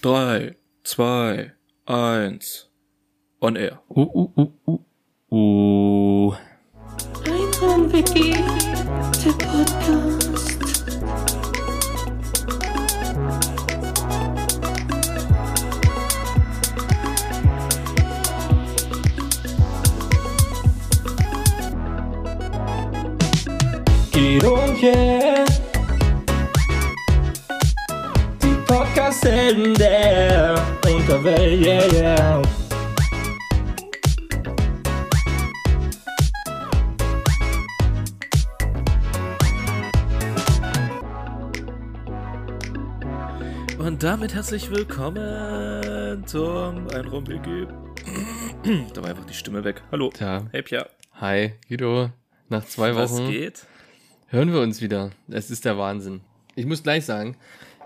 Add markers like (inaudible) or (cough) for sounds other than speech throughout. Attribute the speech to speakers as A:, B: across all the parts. A: 3, 2, 1. On air.
B: Uh, uh, uh, uh. Uh.
C: Einhorn-WG, der Podcast.
B: Guido und Jens. Die Podcast-Helden der Unterwelt, yeah, yeah.
A: Und damit herzlich willkommen zum Einraum-WG. da war einfach die Stimme weg. Hallo.
D: Tja,
A: Hey Pia.
D: hi Guido. Nach zwei
A: Was
D: Wochen
A: geht?
D: hören wir uns wieder. Es ist der Wahnsinn. Ich muss gleich sagen,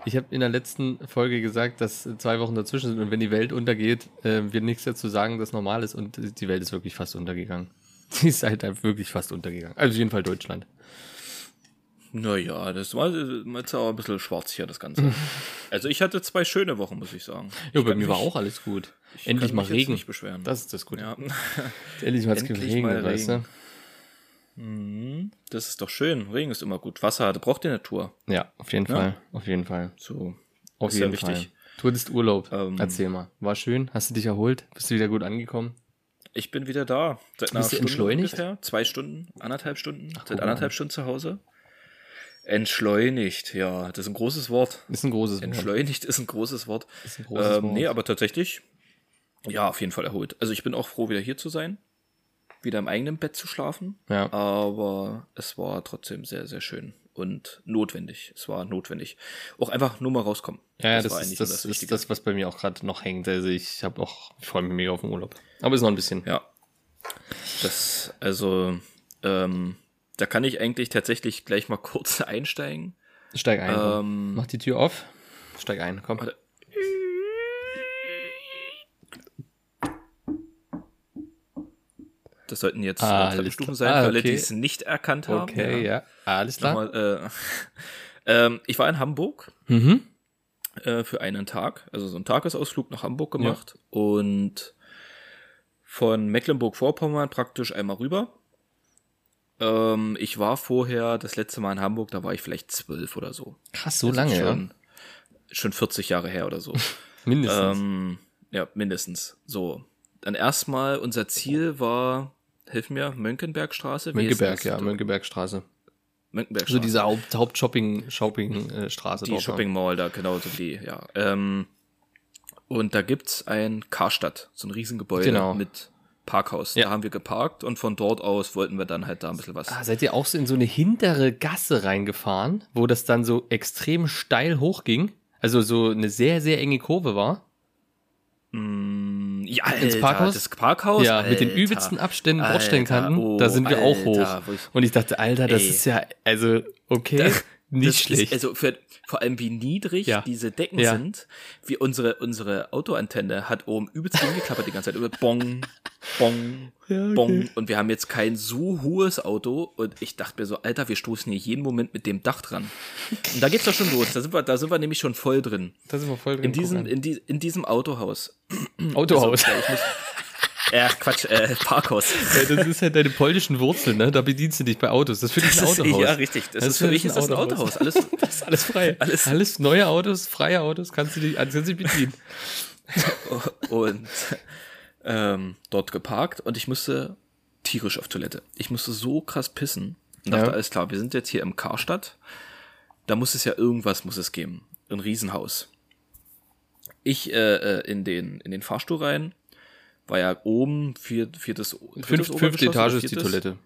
D: ich habe in der letzten Folge gesagt, dass zwei Wochen dazwischen sind und wenn die Welt untergeht, äh, wir nichts dazu sagen, das normal ist und die Welt ist wirklich fast untergegangen. (laughs) Die ist halt einfach wirklich fast untergegangen. Also auf jeden Fall Deutschland.
A: Naja, das war äh, jetzt auch ein bisschen schwarz hier, das Ganze. also ich hatte zwei schöne Wochen, muss ich sagen.
D: Ja,
A: Ich
D: bei
A: kann
D: mir war
A: mich-
D: auch alles gut.
A: ich
D: Endlich
A: kann
D: mal
A: mich jetzt
D: Regen.
A: nicht beschweren.
D: Das ist das Gute.
A: ja. (laughs)
D: Endlich mal hat's
A: Endlich mal
D: geregnet, weißt du?
A: Regen. Mhm. Das ist doch schön. Regen ist immer gut. Wasser hat, braucht die Natur.
D: Ja, auf jeden
A: Ja.
D: Fall. Auf jeden Fall.
A: So.
D: Auf
A: Ist ja
D: jeden Fall.
A: wichtig.
D: Du hattest Urlaub.
A: Ähm.
D: Erzähl mal. War schön? Hast du dich erholt? Bist du wieder gut angekommen?
A: Ich bin wieder da. Seit einer
D: Bist du
A: Stunde
D: entschleunigt?
A: Ungefähr. Zwei Stunden, anderthalb Stunden.
D: guck
A: seit
D: mal
A: anderthalb Stunden zu Hause. Entschleunigt, ja, das ist ein großes Wort.
D: Ist ein großes Wort.
A: Entschleunigt ist ein großes Wort.
D: Ist ein großes
A: ähm,
D: Wort.
A: Nee, aber tatsächlich, ja, auf jeden Fall erholt. Also ich bin auch froh, wieder hier zu sein, wieder im eigenen Bett zu schlafen.
D: Ja.
A: Aber es war trotzdem sehr, sehr schön und notwendig. Es war notwendig. Auch einfach nur mal rauskommen.
D: Ja, das,
A: war
D: ist,
A: eigentlich
D: das,
A: nur
D: ist
A: Wichtige.
D: das, was bei mir auch gerade noch hängt. Also ich habe auch, ich freue mich mega auf den Urlaub. Aber ist noch ein bisschen.
A: Ja. Das, also, ähm, da kann ich eigentlich tatsächlich gleich mal (laughs) kurz einsteigen.
D: Steig ein. komm.
A: Ähm,
D: Mach die Tür auf. Steig ein, komm.
A: Warte. Das sollten jetzt äh,
D: Ah, alles
A: Treppenstufen
D: klar.
A: sein,
D: Ah,
A: für alle, die
D: okay.
A: es nicht erkannt haben.
D: Okay, ja. Alles klar.
A: Nochmal, äh, (laughs) ähm, ich war in Hamburg
D: Mhm.
A: äh, für einen Tag, also so einen Tagesausflug nach Hamburg gemacht und von Mecklenburg-Vorpommern praktisch einmal rüber. Ähm, ich war vorher das letzte Mal in Hamburg, da war ich vielleicht zwölf oder so.
D: Krass, so lange, ja.
A: schon, schon 40 Jahre her oder so.
D: Mindestens.
A: ähm, ja, mindestens. So. Dann erstmal, unser Ziel war, hilf mir, Mönckenbergstraße. Wie hieß
D: Mönckeberg,
A: das?
D: ja, Mönckebergstraße.
A: Mönckenbergstraße.
D: So diese Haupt, Hauptshopping, Shopping, äh, Straße
A: die Shopping Mall da, genau, so die, ja. Ähm, und da gibt's ein Karstadt, so ein Riesengebäude
D: Genau.
A: mit Parkhaus.
D: Ja.
A: Da haben wir geparkt und von dort aus wollten wir dann halt da ein bisschen was.
D: Ah, seid ihr auch so in so eine hintere Gasse reingefahren, wo das dann so extrem steil hochging? Also so eine sehr, sehr enge Kurve war.
A: Mm, ja,
D: ins Parkhaus?
A: Das Parkhaus?
D: ja, mit den
A: Oh, Alter.
D: übelsten Abständen,
A: Alter,
D: Bordsteinkanten.
A: oh,
D: da sind wir auch
A: Alter,
D: hoch.
A: wo ich-
D: Und ich dachte, Alter, das
A: Ey.
D: ist ja, also, okay, nicht
A: Das
D: schlecht.
A: Ist also für, vor allem wie niedrig
D: Ja.
A: diese Decken
D: Ja.
A: sind. Wie unsere, unsere Autoantenne hat oben übelst hingeklappert die ganze Zeit. Über Bong, Bong, Bong. Und wir haben jetzt kein so hohes Auto. Und ich dachte mir so, Alter, wir stoßen hier jeden Moment mit dem Dach dran. Und da geht's doch schon los. Da sind wir, da sind wir nämlich schon voll drin.
D: da sind wir voll drin.
A: In diesem, in, die, in diesem Autohaus.
D: Autohaus.
A: Also, ich muss, äh, Quatsch, äh, Parkhaus.
D: (laughs) Ja, das ist ja deine polnischen Wurzeln, ne? Da bedienst du dich bei Autos. Das ist für dich ein
A: Das ist,
D: Autohaus.
A: ja, richtig. Das, ist für mich ist das ein Autohaus. Alles,
D: Das ist alles frei.
A: Alles-
D: Alles, neue Autos, freie Autos, kannst du dich, kannst du dich bedienen.
A: (laughs) und ähm, dort geparkt und ich musste tierisch auf Toilette. Ich musste so krass pissen und dachte,
D: Ja.
A: alles klar, wir sind jetzt hier im Karstadt. Da muss es ja irgendwas muss es geben. Ein Riesenhaus. Ich äh, äh, in den in den Fahrstuhl rein, war ja oben, vier, viertes, drittes
D: Fünf, fünfte
A: Obergeschoss oder
D: Etage ist die
A: viertes?
D: Toilette.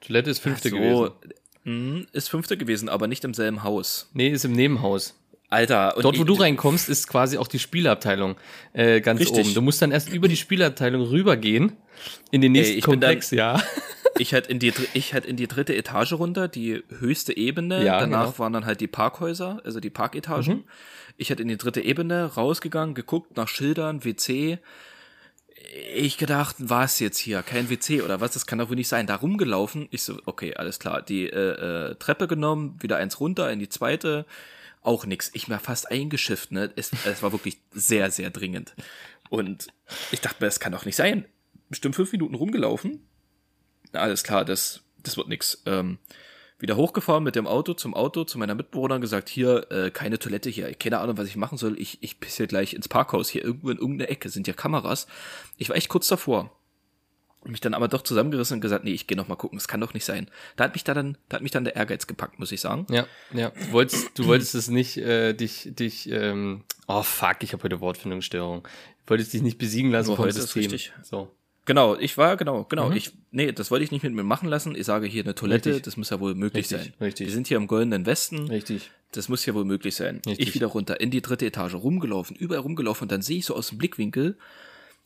D: Toilette ist fünfte
A: so,
D: gewesen.
A: mh, Ist fünfte gewesen, aber nicht im selben Haus.
D: Nee, ist im Nebenhaus.
A: Alter, und
D: Dort, wo
A: ich-
D: du reinkommst, ist quasi auch die Spielabteilung äh, ganz
A: Richtig.
D: oben. Du musst dann erst über die Spielabteilung rübergehen in den nächsten
A: ich bin
D: Komplex, ja.
A: Ich halt in die dr- ich halt in die dritte Etage runter, die höchste Ebene.
D: Ja,
A: Danach
D: genau. Mhm.
A: waren dann halt die Parkhäuser, also die Parketagen. Ich halt in die dritte Ebene rausgegangen, geguckt nach Schildern, WC. Ich gedacht, was jetzt hier? Kein WC oder was? Das kann doch wohl nicht sein. Da rumgelaufen. Ich so, okay, alles klar. Die äh, äh, Treppe genommen, wieder eins runter in die zweite, auch nix. Ich war fast eingeschifft, ne? Es, es war wirklich sehr, sehr dringend. Und ich dachte mir, das kann doch nicht sein. Bestimmt fünf Minuten rumgelaufen. Na, alles klar, das, das wird nix. Ähm, wieder hochgefahren mit dem Auto zum Auto zu meiner Mitbewohnerin gesagt, hier, äh, keine Toilette hier, keine Ahnung, was ich machen soll. Ich, ich pisse hier gleich ins Parkhaus, hier irgendwo in irgendeiner Ecke sind ja Kameras. Ich war echt kurz davor mich dann aber doch zusammengerissen und gesagt, nee, ich gehe noch mal gucken, es kann doch nicht sein. Da hat mich da dann, da hat mich dann der Ehrgeiz gepackt, muss ich sagen.
D: Ja, ja. Du wolltest, du wolltest es nicht, äh, dich, dich, ähm, oh fuck, ich habe heute Wortfindungsstörung. Du wolltest dich nicht besiegen lassen
A: Doch,
D: für heute
A: das ist
D: Stream.
A: richtig.
D: So.
A: Genau, ich war genau, genau,
D: Mhm.
A: ich nee, das wollte ich nicht mit mir machen lassen. Ich sage hier eine Toilette,
D: Richtig.
A: das muss ja wohl möglich
D: Richtig,
A: sein.
D: richtig.
A: Wir sind hier im goldenen Westen,
D: Richtig.
A: das muss ja wohl möglich sein.
D: Richtig.
A: Ich wieder runter in die dritte Etage rumgelaufen, überall rumgelaufen und dann sehe ich so aus dem Blickwinkel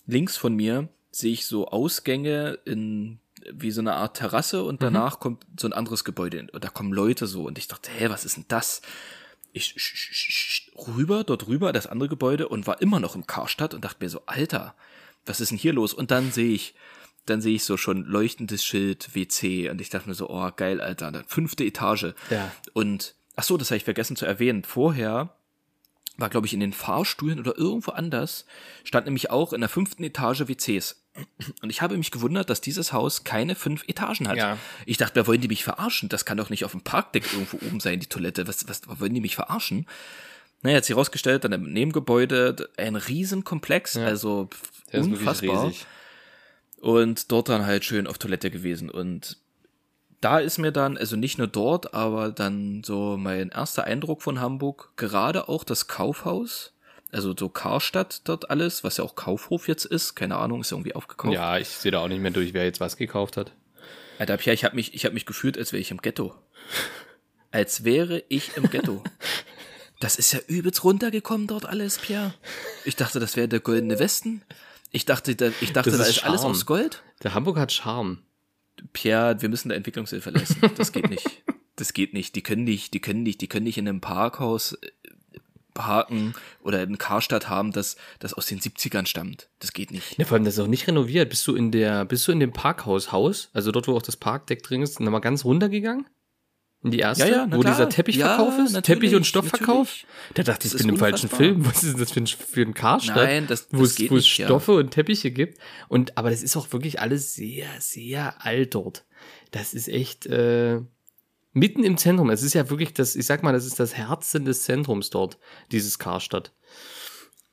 A: links von mir sehe ich so Ausgänge in wie so eine Art Terrasse und danach kommt so ein anderes Gebäude und da kommen Leute so und ich dachte, hä, was ist denn das? ich sch- sch- sch- sch- rüber, dort rüber, das andere Gebäude und war immer noch im Karstadt und dachte mir so, Alter, was ist denn hier los? Und dann sehe ich, dann sehe ich so schon leuchtendes Schild WC und ich dachte mir so, oh geil, Alter, und dann fünfte Etage.
D: Ja.
A: Und ach so, das habe ich vergessen zu erwähnen. Vorher war, glaube ich, in den Fahrstühlen oder irgendwo anders, stand nämlich auch in der fünften Etage WCs. Und ich habe mich gewundert, dass dieses Haus keine fünf Etagen hat.
D: Ja.
A: Ich dachte, wer wollen die mich verarschen? Das kann doch nicht auf dem Parkdeck irgendwo oben sein, die Toilette. Was, was wollen die mich verarschen? Naja, hat sich rausgestellt, dann im Nebengebäude d- ein Riesenkomplex, also pf,
D: Der ist wirklich
A: unfassbar.
D: riesig.
A: Und dort dann halt schön auf Toilette gewesen. Und da ist mir dann, also nicht nur dort, aber dann so mein erster Eindruck von Hamburg, gerade auch das Kaufhaus, also so Karstadt dort alles, was ja auch Kaufhof jetzt ist, keine Ahnung, ist ja irgendwie aufgekauft.
D: Ja, ich sehe da auch nicht mehr durch, wer jetzt was gekauft hat.
A: Alter, Pierre, ich habe mich, ich hab mich gefühlt, als wäre ich im Ghetto. Als wäre ich im Ghetto. Das ist ja übelst runtergekommen dort alles, Pierre. Ich dachte, das wäre der goldene Westen. Ich dachte, da, ich dachte,
D: Das
A: da
D: ist
A: ist alles
D: Charme.
A: aus Gold.
D: Der Hamburg hat Charme.
A: Pierre, wir müssen da Entwicklungshilfe leisten. Das geht nicht.
D: (laughs)
A: Das geht nicht. Die können nicht, die können nicht, die können nicht in einem Parkhaus äh, parken oder in Karstadt haben, das, das aus den 70ern stammt. Das geht nicht.
D: Ja, vor allem, das ist auch nicht renoviert. Bist du in der, bist du in dem Parkhaushaus, also dort, wo auch das Parkdeck drin ist, nochmal ganz runtergegangen? In die erste,
A: Ja, ja, na
D: wo
A: klar.
D: dieser Teppichverkauf
A: Ja,
D: ist?
A: natürlich,
D: Teppich- und Stoffverkauf?
A: natürlich.
D: Da dachte ich,
A: Das
D: ich
A: ist
D: bin im falschen
A: unfassbar.
D: Film. Was ist denn das für ein, für ein Karstadt?
A: Nein, das-
D: wo
A: das
D: es,
A: geht
D: wo es
A: nicht, ja.
D: Stoffe und Teppiche gibt. Und, aber das ist auch wirklich alles sehr, sehr alt dort. Das ist echt, äh, mitten im Zentrum. Es ist ja wirklich das, ich sag mal, das ist das Herzen des Zentrums dort, dieses Karstadt.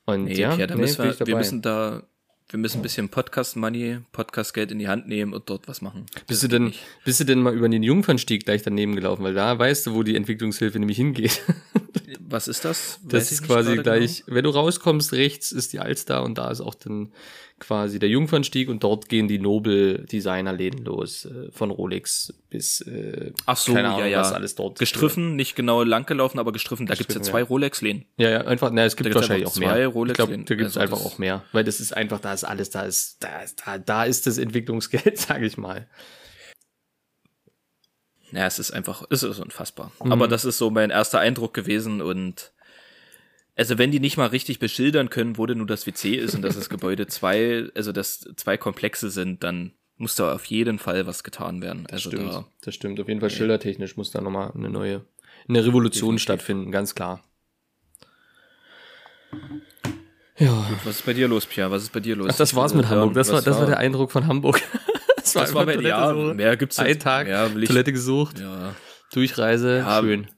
D: Und
A: Nee,
D: ja,
A: Pierre, da
D: nee,
A: müssen
D: bin ich
A: wir, wir
D: dabei.
A: müssen da, wir müssen ein bisschen Podcast-Money, Podcast-Geld in die Hand nehmen und dort was machen.
D: Bist du, denn, bist du denn mal über den Jungfernstieg gleich daneben gelaufen? Weil da weißt du, wo die Entwicklungshilfe nämlich hingeht. (laughs)
A: Was ist das? Weiß
D: Das
A: ich
D: ist
A: nicht
D: quasi
A: gerade genau.
D: gleich, wenn du rauskommst, rechts ist die Alster und da ist auch dann quasi der Jungfernstieg und dort gehen die Nobel-Designer-Läden los. äh, Von Rolex bis, äh,
A: Ach so,
D: keine
A: ja,
D: Ahnung,
A: ja.
D: was alles dort
A: Gestriffen, nicht genau lang gelaufen, aber gestriffen. Da gibt's ja
D: Gestriffen,
A: zwei
D: ja.
A: Rolex-Läden.
D: Ja, ja, einfach, na, es gibt
A: gibt's
D: wahrscheinlich auch
A: einfach
D: mehr.
A: zwei
D: ich
A: Rolex
D: glaube,
A: in-
D: da gibt es
A: also
D: einfach
A: das-
D: auch mehr. Weil das ist einfach, da ist alles, da ist, da ist, da, da ist das Entwicklungsgeld, (laughs) sage ich mal.
A: Ja, es ist einfach, es ist unfassbar.
D: Mhm.
A: Aber das ist so mein erster Eindruck gewesen und also wenn die nicht mal richtig beschildern können, wo denn nur das WC ist und dass das
D: (laughs)
A: Gebäude zwei, also dass zwei Komplexe sind, dann muss da auf jeden Fall was getan werden. Also da
D: das stimmt. Auf jeden Fall schildertechnisch muss da nochmal eine neue, eine Revolution stattfinden, ganz klar. Ja.
A: Was ist bei dir los, Pia? Was ist bei dir los?
D: Ach, das war's mit Hamburg. Das war, das war der
A: ein
D: Eindruck von Hamburg. (laughs) Das
A: Das war
D: einfach
A: bei
D: Toilette
A: ja,
D: suchen.
A: mehr gibt's
D: Ein Tag,
A: Ja, will ich,
D: Toilette gesucht,
A: Ja.
D: Durchreise,
A: Ja,
D: schön.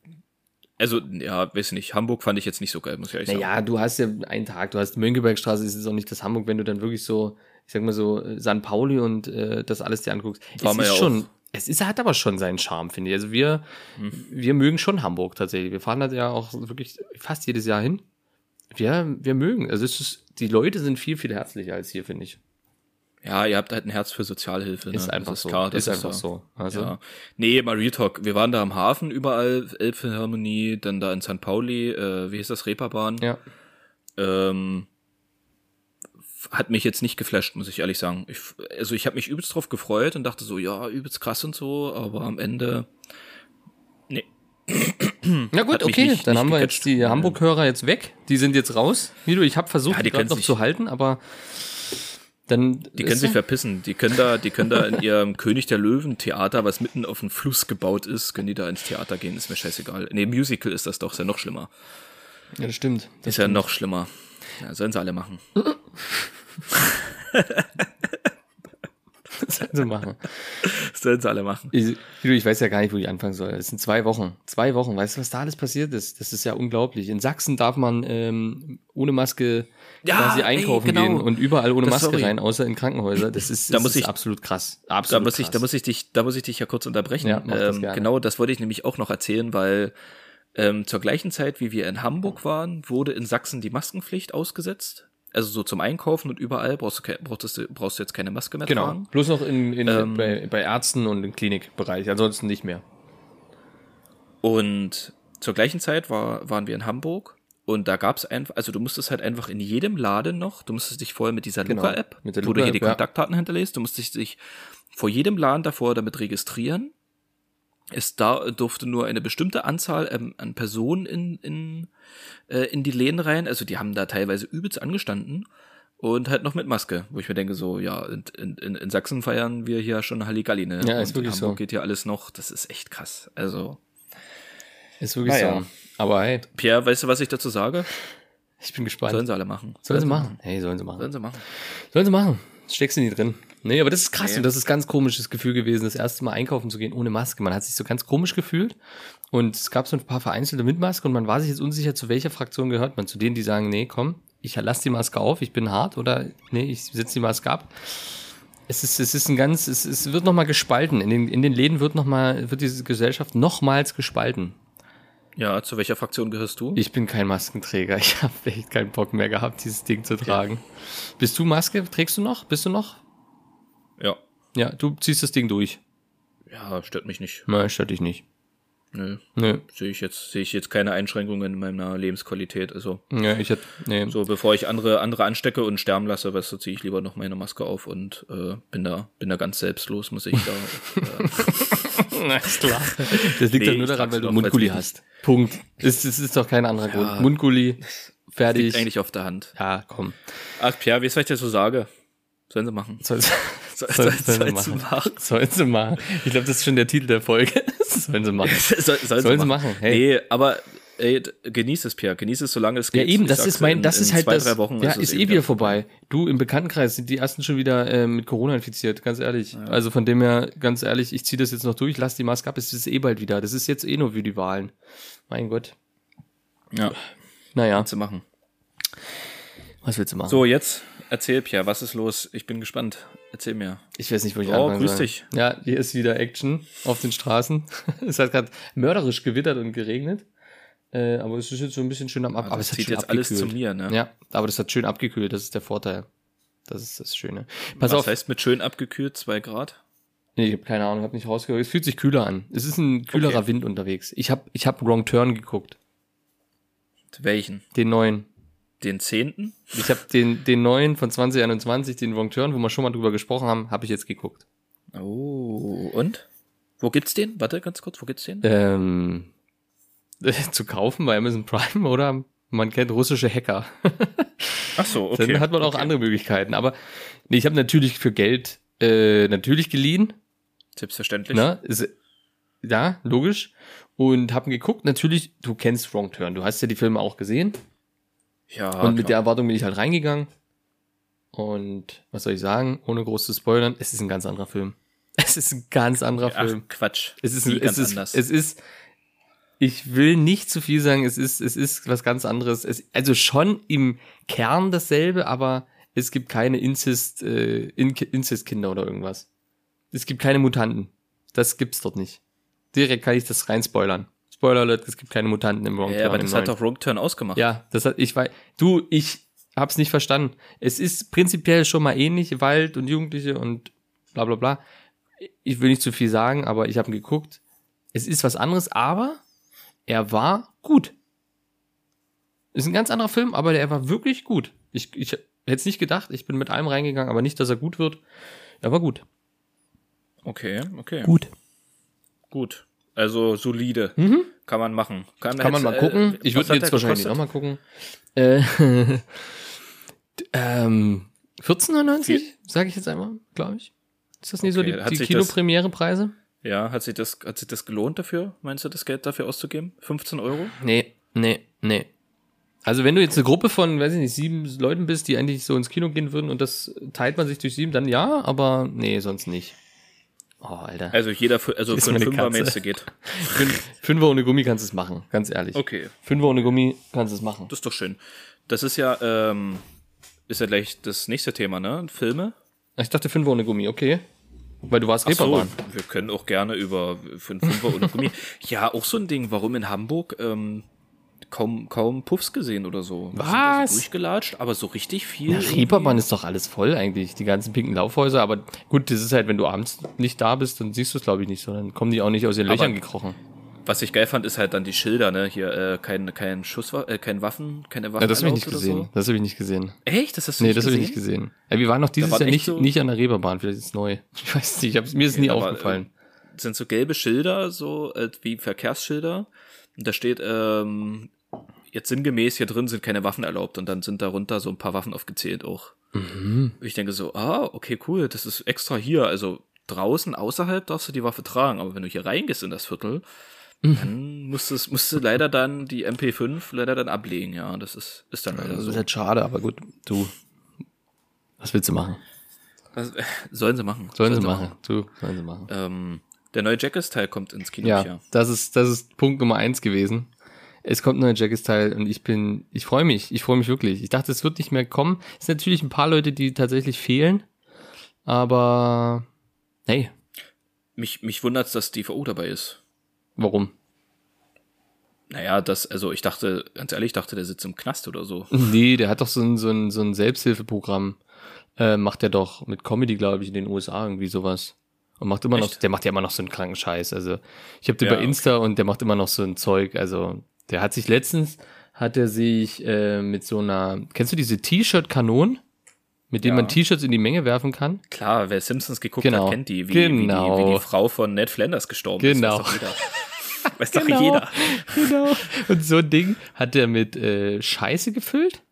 A: Also, ja, weiß nicht. Hamburg fand ich jetzt nicht so geil, muss ich ehrlich sagen.
D: Naja, du hast ja einen Tag, du hast die Mönckebergstraße, es ist auch nicht das Hamburg, wenn du dann wirklich so, ich sag mal so, äh, San Pauli und äh, das alles dir anguckst.
A: War
D: es
A: man
D: ist
A: ja
D: schon,
A: auch. Mhm.
D: es ist, hat aber schon seinen Charme, finde ich. Also wir, wir mögen schon Hamburg tatsächlich. Wir fahren da ja auch wirklich fast jedes Jahr hin. Wir, wir mögen. Also es ist, die Leute sind viel, viel herzlicher als hier, finde ich.
A: Ja, ihr habt halt ein Herz für Sozialhilfe. Ne?
D: Ist einfach
A: das
D: so.
A: ist Klar, das
D: ist, einfach
A: ja-
D: so. Also,
A: Ja. Nee, mal Real Talk. Wir waren da am Hafen überall, Elbphilharmonie, dann da in St. Pauli, äh, wie hieß das, Reeperbahn.
D: ja.
A: Ähm, f- hat mich jetzt nicht geflasht, muss ich ehrlich sagen. Ich, f- also ich habe mich übelst drauf gefreut und dachte so, ja, übelst krass und so, aber am Ende
D: Na gut,
A: Hat mich
D: okay,
A: nicht-
D: dann
A: nicht
D: haben wir
A: gecatcht.
D: jetzt die Hamburg-Hörer jetzt weg. Die sind jetzt raus. Milo, ich habe versucht,
A: Ja,
D: die
A: die
D: gerade
A: können
D: noch
A: sich-
D: zu halten, aber Dann
A: Die können sich verpissen. Die können da, die können da in (laughs) ihrem König der Löwen Theater, was mitten auf dem Fluss gebaut ist, können die da ins Theater gehen, ist mir scheißegal. Nee, Musical ist das doch, ist ja noch schlimmer.
D: Ja, das stimmt. Das
A: Ist (laughs) ja noch schlimmer. Ja, sollen sie alle machen.
D: sollen sie machen.
A: Sollen sie alle machen.
D: Ich, du, ich weiß ja gar nicht, wo ich anfangen soll. Es sind zwei Wochen. Zwei Wochen. Weißt du, was da alles passiert ist? Das ist ja unglaublich. In Sachsen darf man ähm, ohne Maske
A: Ja,
D: quasi
A: ey,
D: einkaufen
A: genau.
D: gehen und überall ohne
A: Das-
D: Maske
A: sorry.
D: rein, außer in Krankenhäuser. Das ist,
A: Da
D: das
A: muss
D: ist
A: ich-
D: absolut krass.
A: Da
D: Absolut
A: muss, ich,
D: krass.
A: da, muss ich dich, da muss ich dich ja kurz unterbrechen.
D: Ja, mach das
A: ähm,
D: gerne.
A: genau, das wollte ich nämlich auch noch erzählen, weil ähm, zur gleichen Zeit, wie wir in Hamburg waren, wurde in Sachsen die Maskenpflicht ausgesetzt. Also so zum Einkaufen und überall brauchst du, ke- brauchst du, brauchst du jetzt keine Maske mehr
D: Genau.
A: tragen.
D: Bloß noch in, in,
A: Ähm,
D: bei, bei Ärzten und im Klinikbereich. Ansonsten nicht mehr.
A: Und zur gleichen Zeit war, waren wir in Hamburg und da gab's einfach, also du musstest halt einfach in jedem Laden noch, du musstest dich vorher mit dieser
D: Genau,
A: Luca-App,
D: mit der
A: wo du hier die
D: Luca-App, ja.
A: Kontaktdaten hinterlässt, du musstest dich vor jedem Laden davor damit registrieren. Es da durfte nur eine bestimmte Anzahl ähm, an Personen in, in, äh, in die Läden rein, also die haben da teilweise übelst angestanden und halt noch mit Maske, wo ich mir denke, so, ja, in, in, in- in Sachsen feiern wir hier schon Halligalli, ne?
D: Ja, ist
A: und
D: wirklich
A: in
D: so.
A: Hamburg geht hier alles noch, das ist echt krass. Also,
D: Ist wirklich
A: Naja.
D: so. Aber hey,
A: Pierre, weißt du, was ich dazu sage?
D: ich bin gespannt.
A: Sollen sie alle machen.
D: Sollen sie machen? Hey, sollen sie machen.
A: Sollen sie machen.
D: Sollen sie machen. Steckst du nie drin. Nee, aber das ist krass und das ist ganz komisches Gefühl gewesen, das erste Mal einkaufen zu gehen ohne Maske. Man hat sich so ganz komisch gefühlt und es gab so ein paar vereinzelte mit Maske und man war sich jetzt unsicher, zu welcher Fraktion gehört man. Zu denen, die sagen, nee, komm, ich lass die Maske auf, ich bin hart oder nee, ich setze die Maske ab. Es ist, es ist ein ganz, es, es wird nochmal gespalten. In den, in den Läden wird noch mal, wird diese Gesellschaft nochmals gespalten.
A: Ja, zu welcher Fraktion gehörst du?
D: Ich bin kein Maskenträger. (laughs) Ich habe echt keinen Bock mehr gehabt, dieses Ding zu tragen. Bist du Maske? Trägst du noch? Bist du noch?
A: Ja.
D: Ja, du ziehst das Ding durch.
A: Ja, stört mich nicht.
D: Nein, stört dich nicht.
A: Nö.
D: Nö.
A: Sehe ich jetzt, sehe ich jetzt keine Einschränkungen in meiner Lebensqualität. Also,
D: Ja, ich hätte. Nee.
A: so (laughs) bevor ich andere, andere anstecke und sterben lasse, weißt du, ziehe ich lieber noch meine Maske auf und äh, bin da, bin da ganz selbstlos, muss ich
D: (laughs)
A: da. äh,
D: Alles klar. Das
A: Nee,
D: liegt doch nur
A: ich
D: daran,
A: trag's
D: weil du
A: noch,
D: Mundgulli
A: weil's
D: hast. Punkt. Es, es ist doch kein anderer Grund. Mundgulli, fertig.
A: liegt eigentlich auf der Hand.
D: ja, komm.
A: Ach, Pierre, wie ist, was ich dazu sage? Sollen sie machen.
D: Soll,
A: Soll, soll,
D: soll,
A: (laughs)
D: sollen sie
A: soll,
D: machen.
A: machen.
D: Sollen sie machen. Ich glaube, das ist schon der Titel der Folge. (laughs) sollen sie machen.
A: (laughs) Soll, soll,
D: Sollen sie machen, hey.
A: Nee, aber ey, d- genieß es, Pierre. Genieß es, solange es
D: Ja,
A: geht.
D: eben,
A: Ich
D: das
A: sag's
D: ist mein,
A: in-
D: das
A: in
D: ist halt
A: zwei,
D: das.
A: Drei Wochen
D: ja,
A: es
D: ist
A: eben
D: eh
A: wieder
D: wieder vorbei. Du, im Bekanntenkreis sind die ersten schon wieder äh, mit Corona infiziert, ganz ehrlich. Also von dem her, ganz ehrlich, ich ziehe das jetzt noch durch, lass die Maske ab, es ist eh bald wieder. Das ist jetzt eh nur wie die Wahlen. Mein Gott.
A: Ja,
D: Naja,
A: zu machen.
D: was willst du machen?
A: So, jetzt erzähl, Pierre, was ist los? Ich bin gespannt. Erzähl mir.
D: Ich weiß nicht, wo ich
A: Oh,
D: anfangen
A: grüß
D: soll.
A: dich.
D: Ja, hier ist wieder Action auf den Straßen. (laughs) es hat gerade mörderisch gewittert und geregnet. Äh, aber es ist jetzt so ein bisschen schön am Ab.
A: Ah,
D: aber
A: das
D: es hat
A: zieht
D: schön
A: jetzt alles
D: abgekühlt.
A: zu mir, ne?
D: Ja, aber das hat schön abgekühlt, das ist der Vorteil. Das ist das Schöne. Pass
A: Was
D: auf,
A: heißt mit schön abgekühlt, zwei Grad?
D: Nee, ich habe keine Ahnung, habe nicht rausgehört. Es fühlt sich kühler an. Es ist ein kühlerer
A: Okay.
D: Wind unterwegs. Ich habe ich hab Wrong Turn geguckt,
A: Welchen?
D: den neuen.
A: Den zehnten?
D: Ich habe den, den neuen von 2021, den Wrong Turn, wo wir schon mal drüber gesprochen haben, habe ich jetzt geguckt.
A: Oh, und? Wo gibt's den? Warte, ganz kurz, wo gibt's den?
D: Ähm, (laughs) zu kaufen bei Amazon Prime oder man kennt russische Hacker. (laughs)
A: Ach so,
D: Dann hat man auch
A: okay.
D: andere Möglichkeiten. Aber nee, ich habe natürlich für Geld äh, natürlich geliehen.
A: Selbstverständlich.
D: Ne? Ist, ja, logisch. Und haben geguckt, natürlich, du kennst Wrong Turn. Du hast ja die Filme auch gesehen.
A: Ja,
D: und mit der
A: Ah, klar.
D: Erwartung bin ich halt reingegangen. Und was soll ich sagen, ohne groß zu spoilern, es ist ein ganz anderer Film. (laughs) Es ist ein ganz anderer Film.
A: Ach, Quatsch.
D: Es ist,
A: Nie
D: es, ist es ist, ich will nicht zu viel sagen, es ist, es ist was ganz anderes. Es, also schon im Kern dasselbe, aber es gibt keine Incest, äh, In- Incest-Kinder oder irgendwas. Es gibt keine Mutanten. Das gibt's dort nicht. Direkt kann ich das rein spoilern. Spoiler Alert, es gibt keine Mutanten im Wrong
A: ja,
D: Turn
A: aber
D: im
A: das
D: neuen.
A: hat doch Rogue Turn ausgemacht.
D: Ja, das hat, ich weiß, du, ich hab's nicht verstanden. Es ist prinzipiell schon mal ähnlich, Wald und Jugendliche und bla bla bla. Ich will nicht zu viel sagen, aber ich habe geguckt. Es ist was anderes, aber er war gut. Ist ein ganz anderer Film, aber der war wirklich gut. Ich, ich hätte es nicht gedacht, ich bin mit allem reingegangen, aber nicht, dass er gut wird. Er war gut.
A: Okay, okay.
D: Gut.
A: Gut. Also solide.
D: Mhm.
A: Kann man machen. Kann,
D: Kann
A: hättest-
D: man mal gucken.
A: Äh,
D: ich
A: was
D: würde
A: hat
D: jetzt
A: der
D: wahrscheinlich
A: gekostet?
D: auch mal gucken. Äh, d- Äh, (laughs) ähm, 14,99? Sage ich jetzt einmal, glaube ich. Ist das nicht
A: Okay,
D: so
A: hat
D: die, die
A: sich das-
D: Kinopremiere-Preise?
A: Ja, hat sich das, hat sich das gelohnt dafür? Meinst du, das Geld dafür auszugeben? 15 Euro?
D: Nee, nee, nee. Also wenn du jetzt eine Gruppe von, weiß ich nicht, sieben Leuten bist, die eigentlich so ins Kino gehen würden und das teilt man sich durch sieben, dann ja, aber nee, sonst nicht. Oh, Alter.
A: Also jeder, für, also
D: Ist
A: für einen
D: meine
A: Fünfer
D: Katze.
A: meinst du geht.
D: (laughs) Fün- Fünfer ohne Gummi kannst du es machen, ganz ehrlich.
A: Okay,
D: Fünfer ohne Gummi kannst du es machen.
A: das ist doch schön. Das ist ja, ähm, ist ja gleich das nächste Thema, ne? Filme?
D: Ich dachte Fünfer ohne Gummi, okay. Weil du warst
A: Ach so,
D: Reeperbahn.
A: wir können auch gerne über für einen Fünfer und
D: (laughs)
A: Gummi. Ja, auch so ein Ding, warum in Hamburg ähm, kaum, kaum Puffs gesehen oder so. Wir sind da
D: Was?
A: So durchgelatscht, aber so richtig viel.
D: Ja, Reeperbahn ist doch alles voll eigentlich, die ganzen pinken Laufhäuser, aber gut, das ist halt, wenn du abends nicht da bist, dann siehst du es glaube ich nicht so, dann kommen die auch nicht aus den
A: Aber-
D: Löchern gekrochen.
A: Was ich geil fand, ist halt dann die Schilder, ne? Hier, äh, kein, kein Schuss, äh, kein Waffen, keine Waffen.
D: Ja, das habe ich nicht
A: erlaubt oder
D: gesehen, das habe ich nicht gesehen.
A: So. Echt? Das hast du
D: Nee,
A: nicht
D: das habe
A: gesehen?
D: ich nicht gesehen. Ey, wir waren noch dieses
A: waren
D: Jahr
A: echt
D: nicht,
A: so-
D: nicht an der Reeperbahn, vielleicht ist es neu. (laughs) Ich weiß nicht, ich hab's, mir ist es nie
A: aber,
D: aufgefallen.
A: sind so gelbe Schilder, so äh, wie Verkehrsschilder. Und da steht, ähm, jetzt sinngemäß hier drin sind keine Waffen erlaubt und dann sind darunter so ein paar Waffen aufgezählt auch.
D: Mhm.
A: Und ich denke so, ah, okay, cool, das ist extra hier. Also draußen, außerhalb darfst du die Waffe tragen, aber wenn du hier reingehst in das Viertel,
D: Mhm.
A: dann musst, du es- musst du leider dann die MP5 leider dann ablegen, ja. Das ist, ist dann leider
D: das ist
A: so.
D: halt schade, aber gut, du. Was willst du machen?
A: Was, (laughs) sollen sie machen.
D: Sollen sie machen. Du, sollen sie machen.
A: Ähm, der neue Jackass-Teil kommt ins Kino.
D: Ja,
A: ja.
D: das ist, das ist Punkt Nummer eins gewesen. Es kommt ein neuer Jackass-Teil und ich bin, ich freue mich, ich freue mich wirklich. Ich dachte, es wird nicht mehr kommen. Es sind natürlich ein paar Leute, die tatsächlich fehlen, aber hey,
A: Mich, mich wundert's, dass DVO dabei ist.
D: warum?
A: Naja, das, also ich dachte, ganz ehrlich, ich dachte, der sitzt im Knast oder so.
D: Nee, der hat doch so ein, so ein, so ein Selbsthilfeprogramm. Äh, macht er doch mit Comedy, glaube ich, in den USA irgendwie sowas. Und macht immer noch,
A: Echt?
D: der macht ja immer noch so einen kranken Scheiß. Also, ich habe den
A: Ja,
D: bei Insta und der macht immer noch so ein Zeug. Also, der hat sich letztens, hat er sich äh, mit so einer, kennst du diese T-Shirt-Kanonen? Mit denen
A: Ja.
D: man T-Shirts in die Menge werfen kann?
A: Klar, wer Simpsons geguckt
D: Genau.
A: hat, kennt die wie, wie, die, wie
D: Genau.
A: die Frau von Ned Flanders gestorben
D: Genau.
A: ist. Weiß doch jeder. Weiß doch jeder.
D: genau. (laughs) Und so ein Ding hat er mit äh, Scheiße gefüllt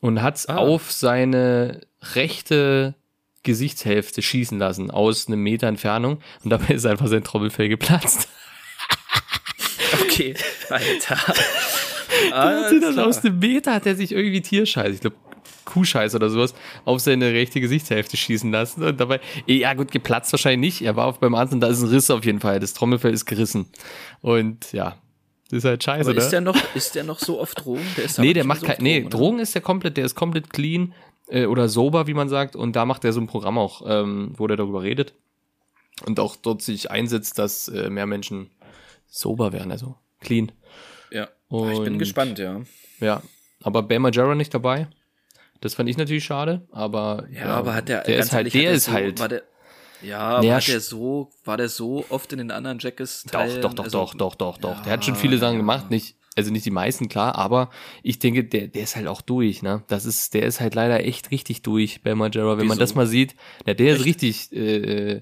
D: und hat's
A: Ah.
D: auf seine rechte Gesichtshälfte schießen lassen aus einem Meter Entfernung und dabei ist einfach sein Trommelfell geplatzt. (laughs)
A: Okay, Alter.
D: (laughs) Dann hat sie das
A: Alles
D: aus
A: klar.
D: einem Meter hat er sich irgendwie Tierscheiße, ich glaube Kuhscheiße oder sowas, auf seine rechte Gesichtshälfte schießen lassen und dabei, eh, ja gut, geplatzt wahrscheinlich nicht, er war auf beim Arzt und da ist ein Riss auf jeden Fall, das Trommelfell ist gerissen und ja, das ist halt scheiße,
A: Aber
D: oder?
A: ist der noch, ist der noch so auf Drogen? Der ist
D: Nee, der macht kein,
A: keine
D: nee, Drogen ist der komplett, der ist komplett clean äh, oder sober, wie man sagt. Und da macht er so ein Programm auch, ähm, wo der darüber redet und auch dort sich einsetzt, dass äh, mehr Menschen sober werden, also clean.
A: Ja. Ah, ich bin
D: Und-
A: gespannt, ja.
D: Ja, aber Bam Majera nicht dabei. Das fand ich natürlich schade, aber
A: Ja, aber hat der,
D: der
A: ganz
D: ist halt,
A: ehrlich, hat
D: der ist
A: so,
D: halt.
A: War der, ja, aber
D: Ja,
A: hat der
D: sch-
A: so, war der so oft in den anderen Also, Jackass?
D: Doch, doch, doch, doch, doch, doch, doch. der hat schon viele Sachen gemacht, nicht, also nicht die meisten, klar, aber ich denke, der, der ist halt auch durch, ne? Das ist, der ist halt leider echt richtig durch bei Majera, wenn man
A: Wieso?
D: das mal sieht. Na, der ist richtig, äh, äh,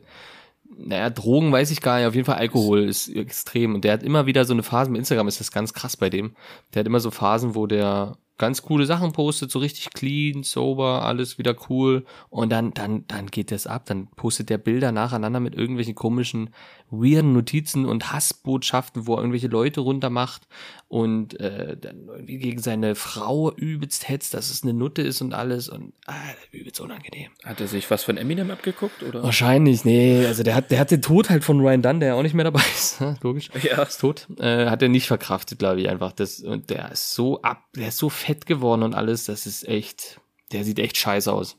D: naja, Drogen weiß ich gar nicht, auf jeden Fall Alkohol ist extrem und der hat immer wieder so eine Phase, mit Instagram ist das ganz krass bei dem. Der hat immer so Phasen, wo der ganz coole Sachen postet, so richtig clean, sober, alles wieder cool und dann, dann, dann geht das ab, dann postet der Bilder nacheinander mit irgendwelchen komischen, weirden Notizen und Hassbotschaften, wo er irgendwelche Leute runtermacht und äh, dann irgendwie gegen seine Frau übelst hetzt, dass es eine Nutte ist und alles und ah, übelst unangenehm.
A: Hat er sich was von Eminem abgeguckt, oder?
D: Oh, Wahrscheinlich, nee, also der hat, der hat den Tod halt von Ryan Dunn, der ja auch nicht mehr dabei ist, ne? logisch.
A: (laughs) Ja.
D: Ist tot. Äh, hat er nicht verkraftet, glaube ich, einfach. Das, und der ist so ab, der ist so fett geworden und alles, das ist echt, der sieht echt scheiße aus.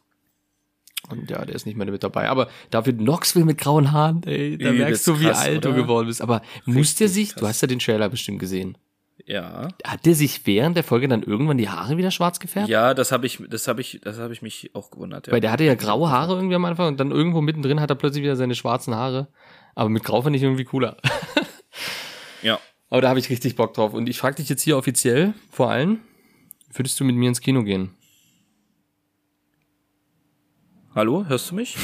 D: Und ja, der ist nicht mehr mit dabei. Aber dafür Knoxville mit grauen Haaren, ey, da
A: Übelst
D: merkst du, wie
A: krass,
D: alt du
A: oder?
D: geworden bist. Aber muss der
A: Richtig
D: sich, du
A: krass.
D: hast ja den Trailer bestimmt gesehen,
A: Ja.
D: hat der sich während der Folge dann irgendwann die Haare wieder schwarz gefärbt?
A: Ja, das habe ich, das habe ich, das habe ich mich auch gewundert. Ja.
D: Weil der hatte ja graue Haare irgendwie am Anfang und dann irgendwo mittendrin hat er plötzlich wieder seine schwarzen Haare. Aber mit grau fand ich irgendwie cooler. (laughs)
A: ja.
D: Aber da habe ich richtig Bock drauf. Und ich frage dich jetzt hier offiziell vor allem, würdest du mit mir ins Kino gehen?
A: Hallo, hörst du mich?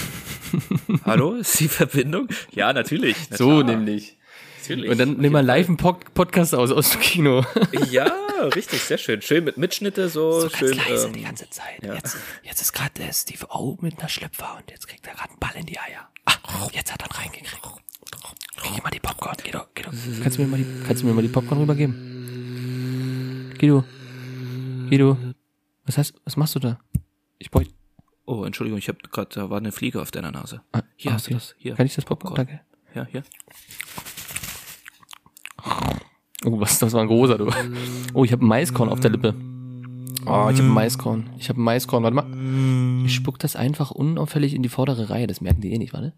A: Hallo, ist die Verbindung? Ja, natürlich. Na
D: so
A: klar,
D: nämlich.
A: natürlich.
D: Und dann nimm mal live einen Pod- Podcast aus aus dem Kino.
A: Ja, richtig, sehr schön. Schön mit Mitschnitte, so,
E: So
A: schön.
E: ganz leise
A: ähm,
E: die ganze Zeit.
A: ja.
E: Jetzt, jetzt ist gerade äh, Steve O mit einer Schlüpfer und jetzt kriegt er gerade einen Ball in die Eier. Ah, jetzt hat er ihn reingekriegt. Krieg ich mal die Popcorn. Geh doch, geh doch. Kannst du mir mal die, kannst du mir mal die Popcorn rübergeben? Geh du. Geh du. Was hast, was machst du da? Ich bräuchte,
A: oh, Entschuldigung, ich habe gerade, da war eine Fliege auf deiner Nase.
E: ah,
A: Hier
E: ah,
A: hast du
E: okay.
A: das, hier.
E: Kann ich das Popcorn? Danke.
A: Ja, hier.
E: Oh, was, das war ein großer, du. Oh, ich habe ein Maiskorn auf der Lippe. Oh, ich habe ein
A: Mm.
E: Maiskorn. Ich habe ein Maiskorn, warte mal. Ich spuck das einfach unauffällig in die vordere Reihe, das merken die eh nicht, warte.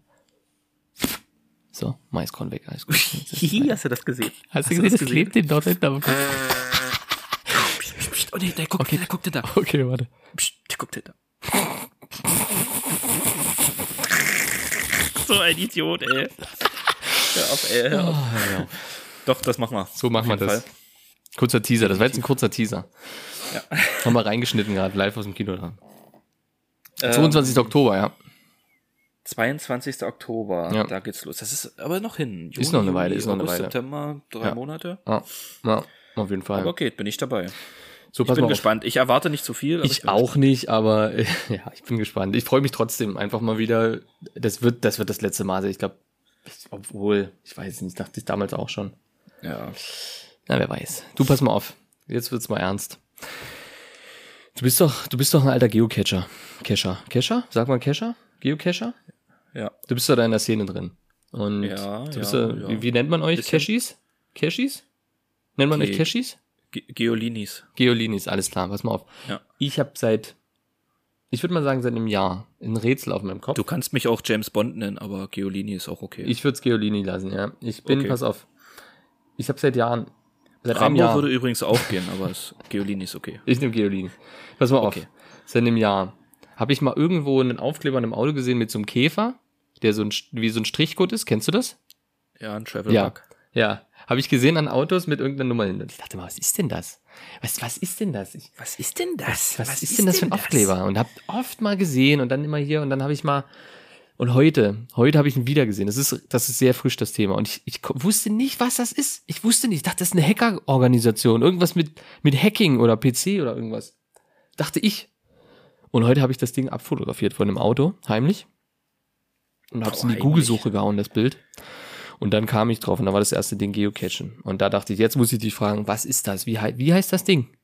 E: So, Maiskorn weg,
A: (laughs)
E: alles gut. Jetzt ist es
A: Hihi,
E: weiter.
A: hast du das gesehen?
E: Hast du gesehen, das klebt den dort hinten am
A: (laughs)
E: Kopf?
A: Oh nee, der guckt, der guckt hinter.
E: Okay, warte.
A: Psst, der guckt hinter. So ein Idiot, ey. Hör auf, ey. Hör auf. Doch, das machen wir.
D: Ah, So machen wir
A: Auf jeden
D: das.
A: Fall.
D: Kurzer Teaser, das war jetzt ein kurzer Teaser. Ja. (laughs) Haben wir reingeschnitten gerade, live aus dem Kino dran.
A: Ähm,
D: 22. Oktober, ja.
A: 22. Oktober,
D: Ja.
A: da geht's los. Das ist aber noch hin.
D: Ist noch eine Weile, ist noch eine Weile.
A: September, drei
D: Ja.
A: Monate.
D: Ja, ja auf jeden Fall.
A: Aber okay, bin ich dabei. Ich
D: so,
A: bin
D: mal auf.
A: gespannt. Ich erwarte nicht zu viel. aber
D: Ich
A: bin
D: auch nicht, aber (laughs) äh, ja, ich bin gespannt. Ich freue mich trotzdem einfach mal wieder. Das wird, das wird das letzte Mal sein. Ich glaube, obwohl, ich weiß nicht, dachte ich damals auch schon.
A: gespannt. Ja.
D: Na, wer weiß. Du pass mal auf. Jetzt wird's mal ernst. Du bist doch, du bist doch ein alter Geocacher. Cacher. Cacher? Sag mal Cacher? Geocacher?
A: Ja.
D: Du bist doch da in der Szene drin. Und
A: Ja,
D: du bist
A: ja,
D: da,
A: ja.
D: Wie, wie nennt man euch?
A: Bisschen.
D: Cashis? Cashis? Nennt man euch
A: Ge-
D: Cashis?
A: Ge Geolinis.
D: Geolinis, alles klar, pass mal auf.
A: Ja.
D: Ich habe seit, ich würde mal sagen, seit einem Jahr ein Rätsel auf meinem Kopf.
A: Du kannst mich auch James Bond nennen, aber Geolini ist auch okay.
D: Ich würde es Geolini lassen, ja. Ich bin,
A: Okay.
D: pass auf. Ich habe seit Jahren, seit einem
A: Rambo
D: Jahr.
A: würde übrigens auch gehen, aber es, Geolini ist okay.
D: ich nehme Geolini. Pass mal
A: Okay.
D: auf. Seit einem Jahr habe ich mal irgendwo einen Aufkleber in einem Auto gesehen mit so einem Käfer, der so ein, wie so ein Strichcode ist. Kennst du das?
A: Ja, ein Travel
D: Ja.
A: Bug.
D: Ja. Habe ich gesehen an Autos mit irgendeiner Nummer hin. Und ich dachte mal, was ist denn das? Was, was ist denn das? Ich,
A: Was ist denn das?
D: was, ist denn das für ein Aufkleber? Und hab oft mal gesehen und dann immer hier und dann habe ich mal und heute, heute habe ich ihn wieder gesehen. Das ist, das ist sehr frisch das Thema und ich, ich ko- wusste nicht, was das ist. Ich wusste nicht. Ich dachte, das ist eine Hackerorganisation, irgendwas mit mit Hacking oder PC oder irgendwas. Dachte ich. Und heute habe ich das Ding abfotografiert von einem Auto heimlich und habe es in die
A: Heimlich.
D: Google-Suche gehauen das Bild. Und dann kam ich drauf und da war das erste Ding Geocachen. Und da dachte ich, jetzt muss ich dich fragen, was ist das? Wie, hei- wie heißt das Ding?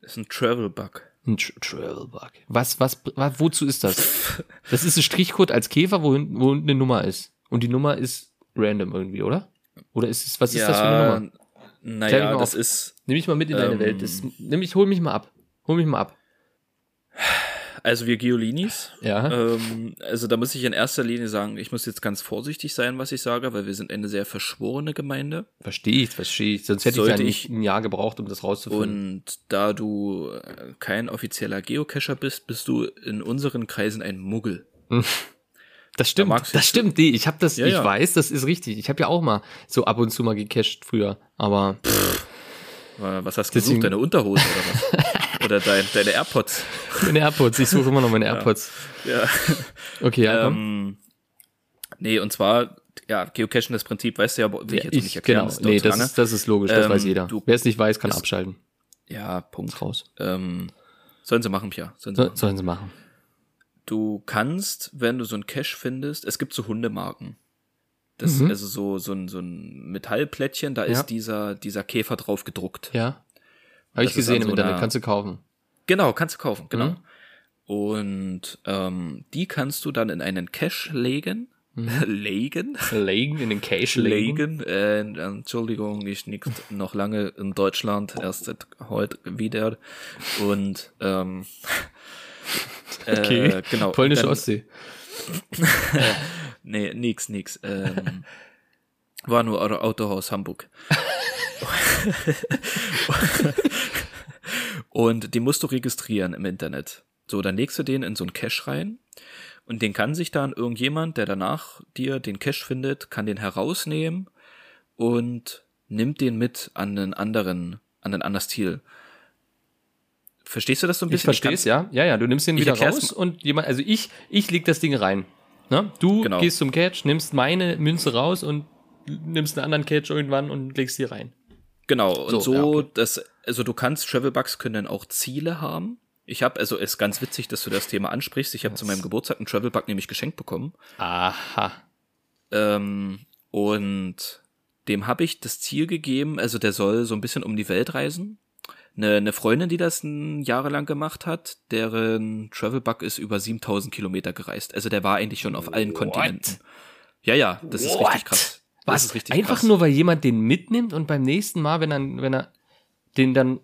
A: Das ist ein Travel Bug.
D: Ein Tr Travelbug. Was, was, wa- wozu ist das? Das ist ein Strichcode als Käfer, wo, hin- wo unten eine Nummer ist. Und die Nummer ist random irgendwie, oder? Oder ist es, was ist das für eine Nummer? Klär mich
A: Naja,
D: mal
A: das
D: auf.
A: ist.
D: Nimm mich mal mit in deine
A: Ähm.
D: Welt. Das, nimm mich, hol mich mal ab. Hol mich mal ab.
A: Also wir Geolinis.
D: Ja.
A: Ähm, also da muss ich in erster Linie sagen, ich muss jetzt ganz vorsichtig sein, was ich sage, weil wir sind eine sehr verschworene Gemeinde.
D: Verstehe ich, verstehe ich. Sonst hätte ich ja
A: Sollte
D: nicht
A: ich-
D: ein Jahr gebraucht, um das rauszufinden.
A: Und da du äh, kein offizieller Geocacher bist, bist du in unseren Kreisen ein Muggel.
D: das
A: da magst
D: stimmt.
A: du-
D: Das stimmt. Nee, ich habe das,
A: Ja,
D: ich
A: ja.
D: weiß, das ist richtig. Ich habe ja auch mal so ab und zu mal gecached früher.
A: (laughs)
D: Aber
A: Äh, Was hast du
D: Deswegen-
A: gesucht? Deine Unterhose oder
D: (laughs)
A: was? oder dein, deine AirPods?
D: meine AirPods, ich suche immer noch meine AirPods.
A: Ja.
D: Okay, ja, komm.
A: Ähm, nee, und zwar, ja, Geocachen, das Prinzip, weißt du ja, will ich jetzt
D: Ich-
A: nicht erklären.
D: Genau.
A: dauert
D: Nee,
A: zu
D: das
A: lange.
D: ist, das ist logisch, das
A: Ähm,
D: weiß jeder.
A: du-
D: Wer es nicht weiß, kann
A: das-
D: abschalten.
A: ja, Punkt.
D: Raus.
A: Ähm, sollen sie machen, Pia. Sollen sie
D: So,
A: machen.
D: sollen sie machen.
A: Du kannst, wenn du so einen Cache findest, es gibt so Hundemarken. Das ist
D: Mhm.
A: also so, so, ein, so ein Metallplättchen, da
D: Ja.
A: ist dieser, dieser Käfer drauf gedruckt.
D: Ja. Habe ich
A: Das ist
D: gesehen
A: an
D: im
A: so
D: Internet.
A: einer-
D: Kannst du kaufen.
A: Genau, kannst du kaufen, genau.
D: Mhm.
A: Und ähm, die kannst du dann in einen Cache legen.
D: Mhm.
A: (laughs) legen?
D: Hm? Legen, in den Cache
A: Legen. Äh, Entschuldigung, ich nick noch lange in Deutschland, erst seit heute wieder. Und ähm, (laughs)
D: Okay.
A: äh, genau.
D: Polnische
A: Dann-
D: Ostsee.
A: Nee, nix, nix. Ähm, war nur Au- Autohaus Hamburg. und den musst du registrieren im Internet. So, dann legst du den in so einen Cache rein und den kann sich dann irgendjemand, der danach dir den Cache findet, kann den herausnehmen und nimmt den mit an den anderen, an den anderen Stil. Verstehst du das so ein bisschen?
D: Ich verstehe es, ja. Ja, ja, du nimmst den
A: Ich
D: wieder
A: erklär's
D: raus und jemand, also ich, ich leg das Ding rein. Ne? Du
A: Genau.
D: gehst zum Catch, nimmst meine Münze raus und nimmst einen anderen Catch irgendwann und legst die rein.
A: kann's- Genau, und so,
D: So, ja, okay.
A: das, also du kannst, Travelbugs können dann auch Ziele haben. Ich habe, also ist ganz witzig, dass du das Thema ansprichst. Ich habe zu meinem Geburtstag einen Travelbug nämlich geschenkt bekommen.
D: Aha.
A: Ähm, und dem habe ich das Ziel gegeben, also der soll so ein bisschen um die Welt reisen. Eine, eine Freundin, die das n- jahrelang gemacht hat, deren Travelbug ist über 7000 Kilometer gereist. Also der war eigentlich schon auf allen Kontinenten. Ja, ja, das ist richtig
D: What?
A: krass. Das
D: Was?
A: ist richtig
D: Einfach
A: krass.
D: nur, weil jemand den mitnimmt und beim nächsten Mal, wenn er, wenn er den dann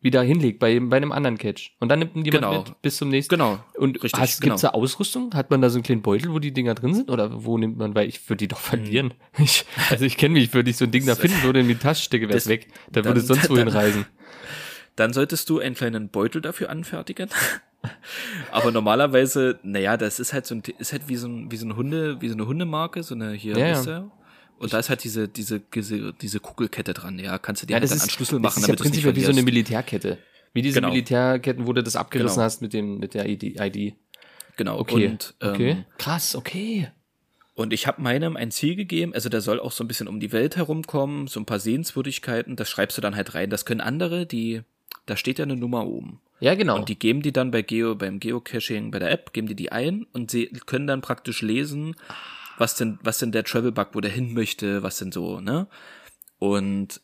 D: wieder hinlegt bei, bei einem anderen Catch. Und dann nimmt ihn jemand
A: Genau.
D: mit bis zum nächsten.
A: Genau,
D: Und
A: richtig,
D: hast,
A: genau.
D: gibt's da Ausrüstung? Hat man da so einen kleinen Beutel, wo die Dinger drin sind? Oder wo nimmt man, weil ich würde die doch verlieren.
A: Hm.
D: Ich, also ich kenne mich, würde ich so ein Ding da finden, würde in die Tasche stecke, wär's
A: Das-
D: weg. Da
A: dann-
D: würde es sonst wohin reisen.
A: dann solltest du einen kleinen Beutel dafür anfertigen. (laughs) Aber normalerweise, naja, das ist halt so ein, ist halt wie so ein, wie so ein Hunde, wie so eine Hundemarke, so eine hier,
D: Ja, ja.
A: weißt du? Und da ist halt diese, diese, diese, diese Kugelkette dran, ja. Kannst du dir
D: Ja,
A: halt
D: das
A: dann
D: ist,
A: an Schlüssel
D: das
A: machen,
D: ist ja
A: damit du es nicht
D: prinzipiell wie so eine
A: verlierst.
D: Militärkette. Wie diese
A: Genau.
D: Militärketten, wo du das abgerissen
A: Genau.
D: hast mit dem mit der ID. ID.
A: Genau.
D: Okay.
A: Und, ähm,
D: okay. Krass, okay.
A: und ich habe meinem ein Ziel gegeben, also der soll auch so ein bisschen um die Welt herumkommen, so ein paar Sehenswürdigkeiten, das schreibst du dann halt rein. Das können andere, die, da steht ja eine Nummer oben.
D: Ja, genau.
A: Und die geben die dann bei Geo, beim Geocaching, bei der App, geben die die ein und sie können dann praktisch lesen, was denn, was denn der Travelbug, wo der hin möchte, was denn so, ne? Und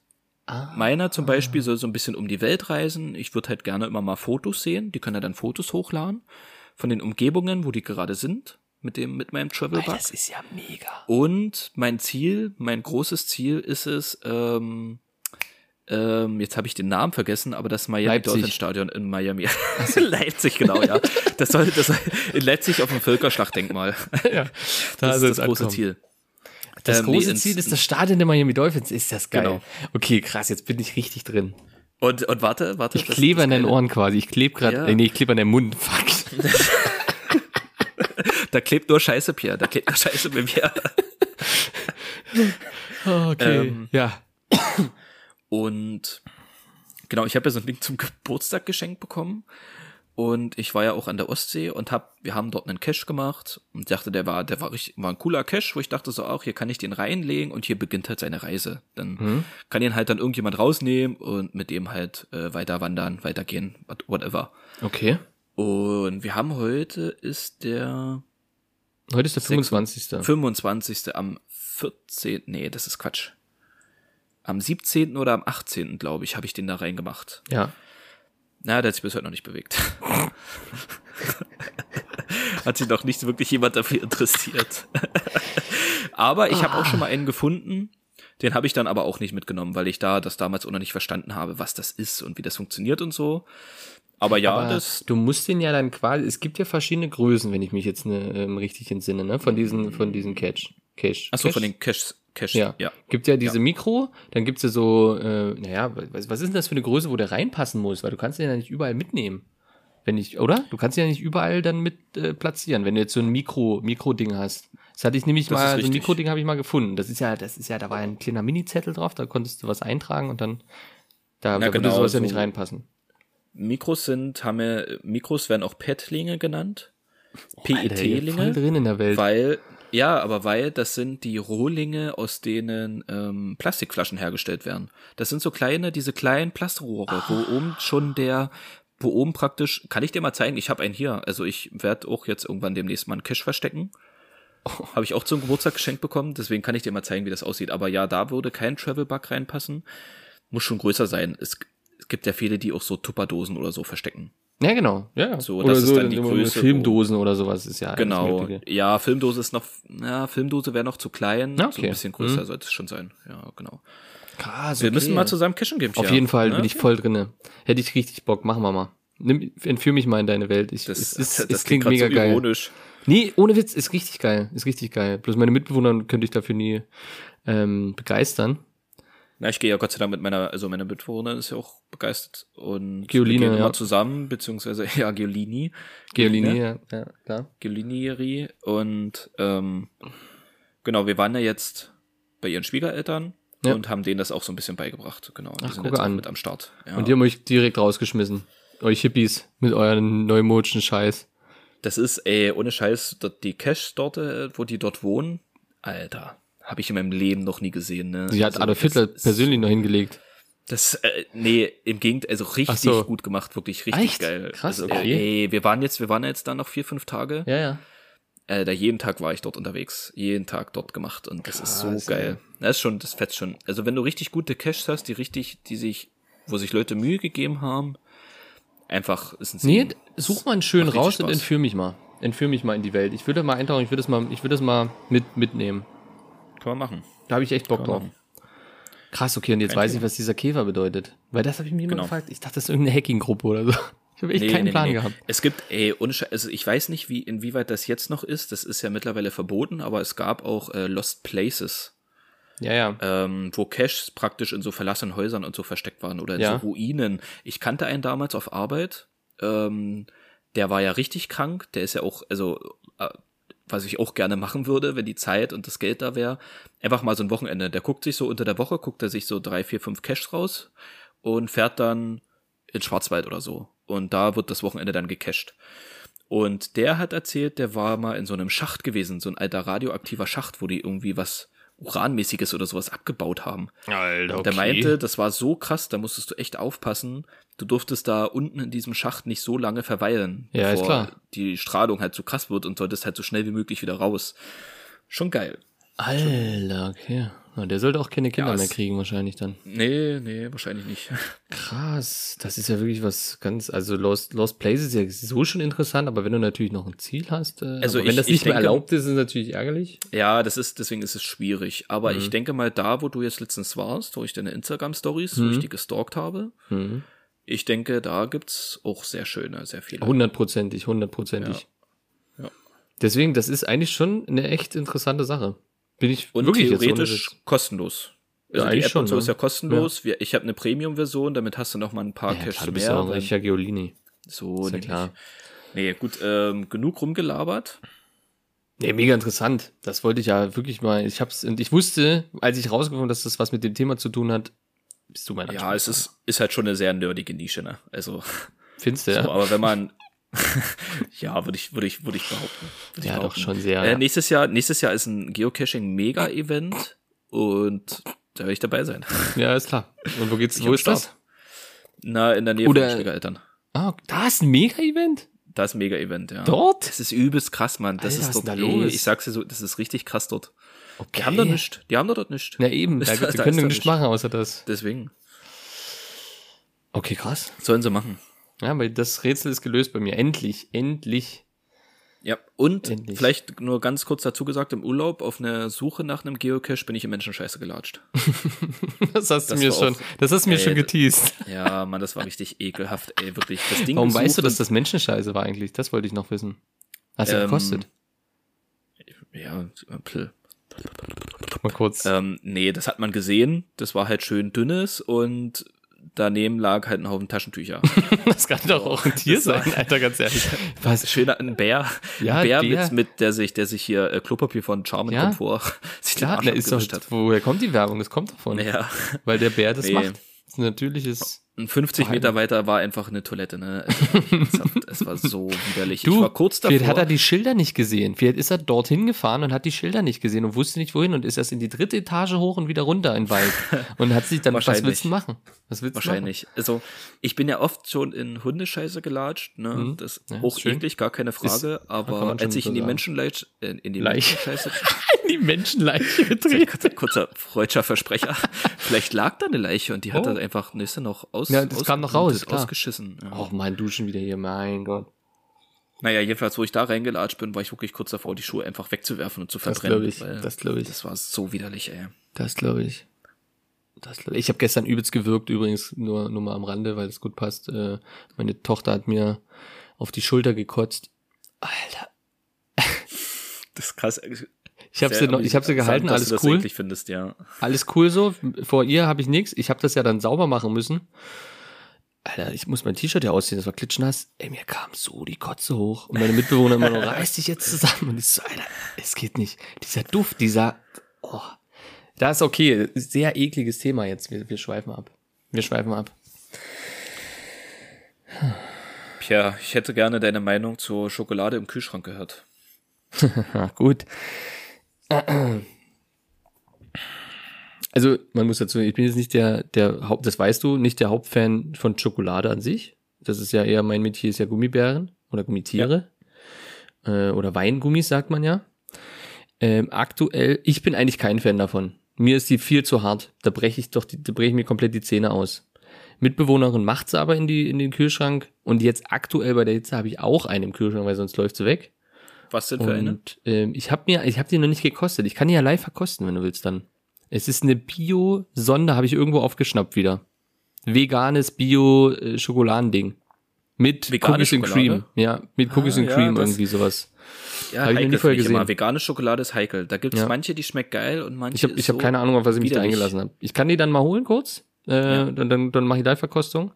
D: ah,
A: meiner zum Beispiel soll so ein bisschen um die Welt reisen. Ich würde halt gerne immer mal Fotos sehen. Die können ja dann Fotos hochladen von den Umgebungen, wo die gerade sind, mit dem, mit meinem Travelbug.
E: Das ist ja mega.
A: Und mein Ziel, mein großes Ziel ist es, ähm, ähm, jetzt habe ich den Namen vergessen, aber das Miami
D: Leipzig.
A: Dolphins Stadion in
D: (laughs)
A: Miami. (laughs) Leipzig, genau, ja. Das soll, das soll in Leipzig auf dem
D: (laughs)
A: Völkerschlachtdenkmal.
D: (laughs) ja.
A: Das
D: soll's
A: ist das große
D: ankommen.
A: Ziel.
D: Das
A: Ähm, nee,
D: große
A: ins-
D: Ziel ist das Stadion der Miami Dolphins. Ist das geil.
A: Genau.
D: Okay, krass, jetzt bin ich richtig drin.
A: Und, und warte, warte.
D: Ich
A: das-
D: klebe
A: das
D: an deinen
A: Geile.
D: Ohren quasi. Ich klebe gerade,
A: Ja.
D: äh, nee, ich klebe an deinem
A: (laughs)
D: Mund. (laughs) Fuck.
A: Da klebt nur Scheiße, Pierre. Da klebt nur Scheiße bei mir.
D: Okay.
A: Ähm,
D: ja.
A: Und genau, ich habe ja so ein Ding zum (laughs) Geburtstag geschenkt bekommen. Und ich war ja auch an der Ostsee und hab, wir haben dort einen Cache gemacht und dachte, der war, der war richtig, war ein cooler Cache, wo ich dachte so auch, hier kann ich den reinlegen und hier beginnt halt seine Reise. Dann
D: Mhm.
A: kann ihn halt dann irgendjemand rausnehmen und mit dem halt äh, weiter wandern, weitergehen, what- whatever.
D: Okay.
A: Und wir haben heute ist der
D: Heute ist der 25.
A: 25. am 14. Nee, das ist Quatsch. Am 17. oder am 18. glaube ich, habe ich den da reingemacht.
D: Ja.
A: Na, der hat sich bis heute noch nicht bewegt. (laughs) hat sich noch nicht wirklich jemand dafür interessiert. (laughs) aber ich habe auch schon mal einen gefunden. Den habe ich dann aber auch nicht mitgenommen, weil ich da das damals auch noch nicht verstanden habe, was das ist und wie das funktioniert und so. Aber ja,
D: Aber
A: das
D: du musst den ja dann quasi, es gibt ja verschiedene Größen, wenn ich mich jetzt ne, ähm, richtig entsinne, ne? Von diesen, von diesen Catch. Cash.
A: Mhm. Ach so
D: Cash?
A: von den Cash Cash
D: Ja.
A: ja.
D: Gibt ja diese Mikro, dann gibt's ja so, äh, naja, was, was ist denn das für eine Größe, wo der reinpassen muss? Weil du kannst den ja nicht überall mitnehmen. Wenn ich, oder? Du kannst ihn ja nicht überall dann mit äh, platzieren, wenn du jetzt so ein Mikro, Mikro-Ding hast. Das hatte ich nämlich
A: Das ist
D: mal, so ein
A: richtig.
D: Mikro-Ding habe ich mal gefunden. Das ist ja, das ist ja, da war ein kleiner Mini-Zettel drauf, da konntest du was eintragen und dann, da,
A: Na
D: da würde
A: genau,
D: sowas ja
A: so.
D: nicht reinpassen.
A: Mikros sind haben wir Mikros werden auch Petlinge genannt.
D: Oh, Alter, voll
A: PET-Linge,
D: drin in der Welt.
A: E weil ja, aber weil das sind die Rohlinge, aus denen ähm, Plastikflaschen hergestellt werden. Das sind so kleine, diese kleinen Plastrohre, wo oben schon der, wo oben praktisch, kann ich dir mal zeigen, ich habe einen hier. Also ich werde auch jetzt irgendwann demnächst mal einen Cash verstecken. Habe ich auch zum Geburtstag geschenkt bekommen, deswegen kann ich dir mal zeigen, wie das aussieht. Aber ja, da würde kein Travel Bug reinpassen. Muss schon größer sein. Es, es gibt ja viele, die auch so Tupperdosen oder so verstecken.
D: Ja, genau. Ja, ja.
A: So,
D: oder
A: das
D: so
A: ist dann die
D: so
A: Größe,
D: Filmdosen oder sowas ist ja. alles
A: Genau.
D: Mögliche.
A: Ja, Filmdose ist noch, na, Filmdose wäre noch zu klein.
D: Na,
A: So
D: okay.
A: ein bisschen größer
D: Hm.
A: sollte es schon sein. Ja, genau.
D: Krass.
A: Wir
D: okay.
A: müssen mal zusammen Kischen geben.
D: Auf
A: Pia.
D: jeden Fall
A: Ne?
D: bin ich voll drinne. Hätte ich richtig Bock, machen wir mal. Nimm, entführ mich mal in deine Welt. Ich,
A: Das, (laughs)
D: es,
A: das,
D: es,
A: das
D: es klingt mega
A: so
D: geil.
A: ironisch.
D: Nee, ohne Witz, ist richtig geil. Ist richtig geil. Bloß meine Mitbewohner könnte ich dafür nie ähm, begeistern.
A: Na, ich gehe ja Gott sei Dank mit meiner, also meine Mitbewohnerin ist ja auch begeistert und
D: Geoline,
A: wir gehen
D: ja.
A: immer zusammen, beziehungsweise (laughs) ja Geolini,
D: Geolini, ja, ja, klar.
A: Geolinieri und ähm, genau, wir waren ja jetzt bei ihren Schwiegereltern
D: Ja.
A: und haben denen das auch so ein bisschen beigebracht. Genau, die
D: Ach,
A: sind
D: gucke
A: jetzt auch
D: an.
A: mit am Start. Ja.
D: Und die haben euch direkt rausgeschmissen. Euch Hippies mit euren neumodischen Scheiß.
A: Das ist, ey, ohne Scheiß, dort die Cash dort, äh, wo die dort wohnen, Alter, habe ich in meinem Leben noch nie gesehen. Ne?
D: Sie hat
A: Also, das
D: Adolf Hitler
A: ist-
D: persönlich noch hingelegt.
A: Das, äh, nee, im Gegenteil, also richtig
D: so.
A: gut gemacht, wirklich richtig
D: Echt?
A: geil.
D: Krass,
A: also,
D: okay.
A: äh, ey, wir waren jetzt, wir waren jetzt da noch vier, fünf Tage.
D: Ja, ja.
A: Äh, da jeden Tag war ich dort unterwegs, jeden Tag dort gemacht und das ist so
D: Krass,
A: geil. Das ist schon, das fetzt schon. Also wenn du richtig gute Caches hast, die richtig, die sich, wo sich Leute Mühe gegeben haben, einfach ist ein
D: Nee,
A: Segen.
D: such mal einen schönen
A: Macht richtig
D: raus und
A: Spaß.
D: entführ mich mal. Entführ mich mal in die Welt. Ich würde mal eintauchen, ich würde es mal, ich würde es mal mit, mitnehmen.
A: Kann man machen.
D: Da habe ich echt Bock
A: Kann
D: drauf.
A: man
D: Krass, okay, und jetzt
A: Kein
D: weiß
A: Thema.
D: ich, was dieser Käfer bedeutet. Weil das habe ich mich immer
A: Genau.
D: gefragt. Ich dachte, das ist irgendeine Hacking-Gruppe oder so. (laughs) Ich habe echt keinen Plan gehabt.
A: Es gibt, ey, ohne Sche- also ich weiß nicht, wie, inwieweit das jetzt noch ist. Das ist ja mittlerweile verboten, aber es gab auch äh, Lost Places,
D: Ja, ja.
A: ähm, wo Caches praktisch in so verlassenen Häusern und so versteckt waren oder in
D: Ja.
A: so Ruinen. Ich kannte einen damals auf Arbeit, ähm, der war ja richtig krank, der ist ja auch, also äh, was ich auch gerne machen würde, wenn die Zeit und das Geld da wäre, einfach mal so ein Wochenende. Der guckt sich so unter der Woche, guckt er sich so drei, vier, fünf Caches raus und fährt dann in Schwarzwald oder so. Und da wird das Wochenende dann gecached. Und der hat erzählt, der war mal in so einem Schacht gewesen, so ein alter radioaktiver Schacht, wo die irgendwie was Uranmäßiges oder sowas abgebaut haben.
D: Alter,
A: Und Der meinte, das war so krass, da musstest du echt aufpassen. Du durftest da unten in diesem Schacht nicht so lange verweilen,
D: Ja, ist klar.
A: die Strahlung halt so krass wird und solltest halt so schnell wie möglich wieder raus. Schon geil.
D: Alter, okay. Na, der sollte auch keine Kinder
A: Ja,
D: mehr
A: es-
D: kriegen wahrscheinlich dann.
A: Nee, nee, wahrscheinlich
D: (laughs)
A: nicht.
D: Krass, das ist ja wirklich was ganz, also Lost, Lost Places ist ja so schon interessant, aber wenn du natürlich noch ein Ziel hast, äh,
A: Also
D: aber
A: ich-
D: wenn das
A: ich
D: nicht mehr
A: denke-
D: erlaubt ist, ist es natürlich ärgerlich.
A: Ja, das ist, deswegen ist es schwierig. Aber
D: Mhm.
A: ich denke mal, da, wo du jetzt letztens warst, wo ich deine Instagram-Stories, wo ich die gestalkt habe,
D: Mhm.
A: ich denke, da gibt's auch sehr schöne, sehr viele.
D: Hundertprozentig, hundertprozentig.
A: Ja. Ja.
D: Deswegen, das ist eigentlich schon eine echt interessante Sache. Bin ich
A: Und
D: wirklich jetzt ohne
A: theoretisch
D: Witz.
A: kostenlos.
D: Ja,
A: Also die
D: eigentlich
A: App
D: schon,
A: und so
D: ne?
A: ist ja kostenlos. Wir, ich habe eine Premium-Version, damit hast du noch mal ein paar
D: ja,
A: Cash Caches
D: klar, du
A: mehr.
D: bist ja auch ein
A: dann-
D: richtiger Giolini.
A: so
D: Ist ja
A: nämlich.
D: klar.
A: Nee, gut, ähm, genug rumgelabert.
D: Nee, mega interessant. Das wollte ich ja wirklich mal. Ich hab's und ich wusste, als ich rausgefunden, dass das was mit dem Thema zu tun hat, bist du mein
A: Ja, es ist, ist halt schon eine sehr nerdige Nische, ne? Also,
D: Finster.
A: so, aber wenn man. (laughs) ja, würde ich, würde ich, würde ich behaupten. Würde ich
D: ja, doch
A: behaupten.
D: schon sehr.
A: Äh, nächstes Jahr, nächstes Jahr ist ein Geocaching-Mega-Event und da werde ich dabei sein.
D: Ja, ist klar. Und wo geht's?
A: Ich
D: Wo
A: hab
D: ist das?
A: Stab. Na, in der Nähe
D: Oder-
A: von Schwiegereltern.
D: Ah, da ist ein Mega-Event.
A: Da ist ein Mega-Event, ja.
D: Dort?
A: Das ist übelst krass, Mann. Das
D: Alter, was
A: ist dort,
D: ist denn da
A: ey,
D: los?
A: ich sag's dir so, das ist richtig krass dort.
D: Okay.
A: Die haben da nichts. Die haben da dort nichts. (laughs)
D: Na eben, da,
A: Da-
D: da,
A: da
D: können
A: ist
D: wir
A: doch
D: nichts
A: nicht.
D: machen außer das.
A: Deswegen.
D: Okay, krass.
A: Sollen sie machen.
D: Ja, weil das Rätsel ist gelöst bei mir. Endlich, endlich. (laughs)
A: Ja, und
D: Endlich.
A: vielleicht nur ganz kurz dazu gesagt, im Urlaub auf einer Suche nach einem Geocache bin ich in Menschenscheiße
D: (laughs)
A: gelatscht.
D: Das hast du
A: Das
D: mir
A: war
D: schon,
A: auch-
D: das hast du mir
A: Ey,
D: schon geteased.
A: Ja, Mann, das war richtig ekelhaft, ey, wirklich. Das Ding
D: Warum
A: gesucht
D: weißt du, dass
A: und-
D: das Menschenscheiße war eigentlich? Das wollte ich noch wissen. Hast du
A: Ähm,
D: gekostet?
A: Ja, pl.
D: Mal kurz.
A: Ähm, nee, das hat man gesehen. Das war halt schön dünnes und daneben lag halt ein Haufen
D: (laughs)
A: Taschentücher.
D: das kann doch auch ein Tier
A: das war-
D: sein, Alter, ganz ehrlich. Was?
A: (laughs) Schöner, ein Bär.
D: Ja,
A: ein Bär,
D: Ah, Bär.
A: Mit, mit, der sich, der sich hier äh, Klopapier von Charmin
D: Ja.
A: Komfort (laughs) sich den
D: Klar,
A: Arsch
D: da ist doch,
A: abgewischt hat.
D: woher kommt die Werbung? Das kommt davon.
A: Ja.
D: Weil der Bär das
A: Nee.
D: macht. Das ist ein natürliches.
A: Und 50
D: Boah,
A: Meter weiter war einfach eine Toilette, ne? Also, ernsthaft, es war so
D: (laughs)
A: widerlich. ich
D: Du,
A: war kurz davor.
D: vielleicht hat er die Schilder nicht gesehen. Vielleicht ist er dorthin gefahren und hat die Schilder nicht gesehen und wusste nicht wohin und ist erst in die dritte Etage hoch und wieder runter in
A: (laughs)
D: den Wald. Und hat sich dann, was
A: Wahrscheinlich.
D: willst du machen? Was willst du
A: Wahrscheinlich. Also, ich bin ja oft schon in Hundescheiße gelatscht, ne?
D: Mhm.
A: Das ist
D: Ja, ist
A: auch
D: schön.
A: eklig, gar keine Frage.
D: kann
A: aber
D: man schon
A: als ich
D: so
A: in die
D: sagen.
A: Menschenleitsch, in, in die
D: Leich. (laughs)
A: Menschenscheiße,
D: machen? (laughs)
A: (laughs)
D: Die Menschenleiche gedreht.
A: kurzer, kurzer freudscher
D: (laughs)
A: Versprecher, vielleicht lag da eine Leiche und die hat
D: Oh.
A: er einfach Nüsse noch aus,
D: Ja, das kam noch raus,
A: ausgeblutet,
D: klar.
A: ausgeschissen. Ja.
D: Oh mein, Duschen wieder hier, mein Gott.
A: Naja, jedenfalls, wo ich da reingelatscht bin, war ich wirklich kurz davor, die Schuhe einfach wegzuwerfen und zu
D: Das
A: verbrennen.
D: glaube ich.
A: weil
D: Das glaube ich.
A: das war so widerlich, ey.
D: Das glaube ich. Das glaub ich ich habe gestern übelst gewirkt, übrigens nur, nur mal am Rande, weil das gut passt. Äh, meine Tochter hat mir auf die Schulter gekotzt. Alter.
A: Das ist krass.
D: Ich habe sie, noch- ich hab sie gehalten,
A: dass
D: alles
A: Du das
D: cool.
A: eklig findest, ja.
D: Alles cool so. Vor ihr habe ich nichts. Ich habe das ja dann sauber machen müssen. Alter, ich muss mein T-Shirt ja ausziehen, das war klitschnass. Ey, mir kam so die Kotze hoch. Und meine Mitbewohner immer nur, reiß dich jetzt zusammen. Und ich so, Alter, es geht nicht. Dieser Duft, dieser, oh. Das ist okay. Sehr ekliges Thema jetzt. Wir, wir schweifen ab. Wir schweifen ab.
A: Tja, ich hätte gerne deine Meinung zur Schokolade im Kühlschrank gehört.
D: Ah, gut. Also, man muss dazu, ich bin jetzt nicht der, der Haupt, das weißt du, nicht der Hauptfan von Schokolade an sich. Das ist ja eher mein Metier, ist ja Gummibären oder Gummitiere. Äh, oder Weingummis, sagt man ja. Ähm, aktuell, ich bin eigentlich kein Fan davon. Mir ist die viel zu hart. Da breche ich doch, die, da breche ich mir komplett die Zähne aus. Mitbewohnerin macht's aber in, die, in den Kühlschrank. Und jetzt aktuell bei der Hitze habe ich auch einen im Kühlschrank, weil sonst läuft sie weg.
A: Was denn für eine?
D: Und ähm, ich habe mir, ich habe die noch nicht gekostet. Ich kann die ja live verkosten, wenn du willst dann. Es ist eine Bio-Sonde, habe ich irgendwo aufgeschnappt wieder. Veganes Bio-Schokoladending. Mit
A: Vegane
D: Cookies and Cream.
A: Schokolade?
D: Ja, mit Cookies
A: Ah,
D: and
A: ja,
D: Cream
A: das-
D: irgendwie sowas.
A: Ja,
D: Hab ich noch nie
A: heikel
D: vorher
A: finde ich immer.
D: gesehen.
A: Vegane Schokolade ist heikel. Da gibt es
D: Ja.
A: manche, die schmeckt geil und manche
D: Ich habe
A: ist
D: ich hab
A: so,
D: keine Ahnung, auf was ich mich da
A: widerlich.
D: eingelassen habe. Ich kann die dann mal holen kurz. Äh,
A: Ja.
D: Dann, dann, dann mache ich Live-Verkostung.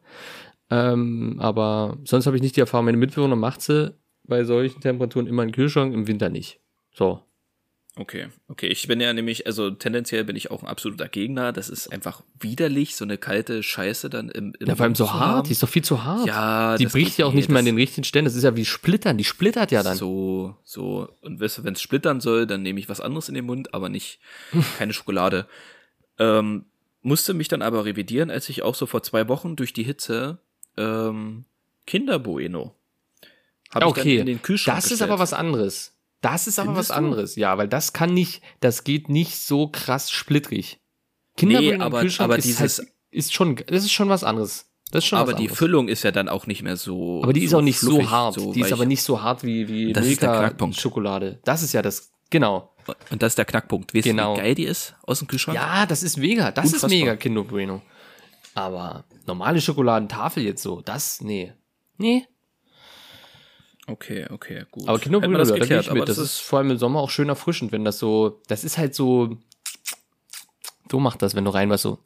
D: Ähm, aber sonst habe ich nicht die Erfahrung. Meine Mitbewohner macht sie bei solchen Temperaturen immer in den Kühlschrank, im Winter nicht. So.
A: Okay, okay. Ich bin ja nämlich, also tendenziell bin ich auch ein absoluter Gegner. Das ist einfach widerlich, so eine kalte Scheiße dann im, im
D: Ja, vor allem so
A: zu
D: hart.
A: haben.
D: Die ist doch viel zu hart.
A: Ja,
D: Die
A: das
D: bricht
A: geht
D: ja auch nicht
A: nee,
D: mehr an
A: das-
D: den richtigen Stellen. Das ist ja wie Splittern. Die splittert ja dann.
A: So, so. Und weißt du, wenn es splittern soll, dann nehme ich was anderes in den Mund, aber
D: (laughs)
A: nicht keine Schokolade. Ähm, musste mich dann aber revidieren, als ich auch so vor zwei Wochen durch die Hitze ähm, Kinderbueno habe ich
D: Okay.
A: dann in den Kühlschrank
D: Das ist
A: gestellt.
D: aber was anderes. Das ist aber
A: Findest
D: was
A: du?
D: anderes. Ja, weil das kann nicht, das geht nicht so krass splittrig. Kinderbrühe
A: aber-
D: im Kühlschrank
A: aber
D: ist,
A: dieses-
D: halt, ist schon, das ist schon was anderes. Das ist schon
A: aber
D: was
A: die
D: anderes.
A: Füllung ist ja dann auch nicht mehr so.
D: aber die ist auch nicht
A: fluffig,
D: so hart. die ist
A: weich.
D: aber nicht so hart wie, wie
A: Das ist der Knackpunkt.
D: Schokolade. Das ist ja das, genau.
A: Und das ist der Knackpunkt. Weißt
D: Genau.
A: du, wie geil die ist aus dem Kühlschrank?
D: Ja, das ist mega. Das
A: Unfassbar.
D: ist mega, Kinder Bueno. Aber normale Schokoladentafel jetzt so, das, nee. Nee.
A: Okay, okay, gut.
D: Aber
A: Hätten wir
D: Kinderbrühe, da gehe ich
A: aber
D: mit. Das, ist vor allem im Sommer auch schön erfrischend, wenn das so, das ist halt so, so macht das, wenn du rein was so,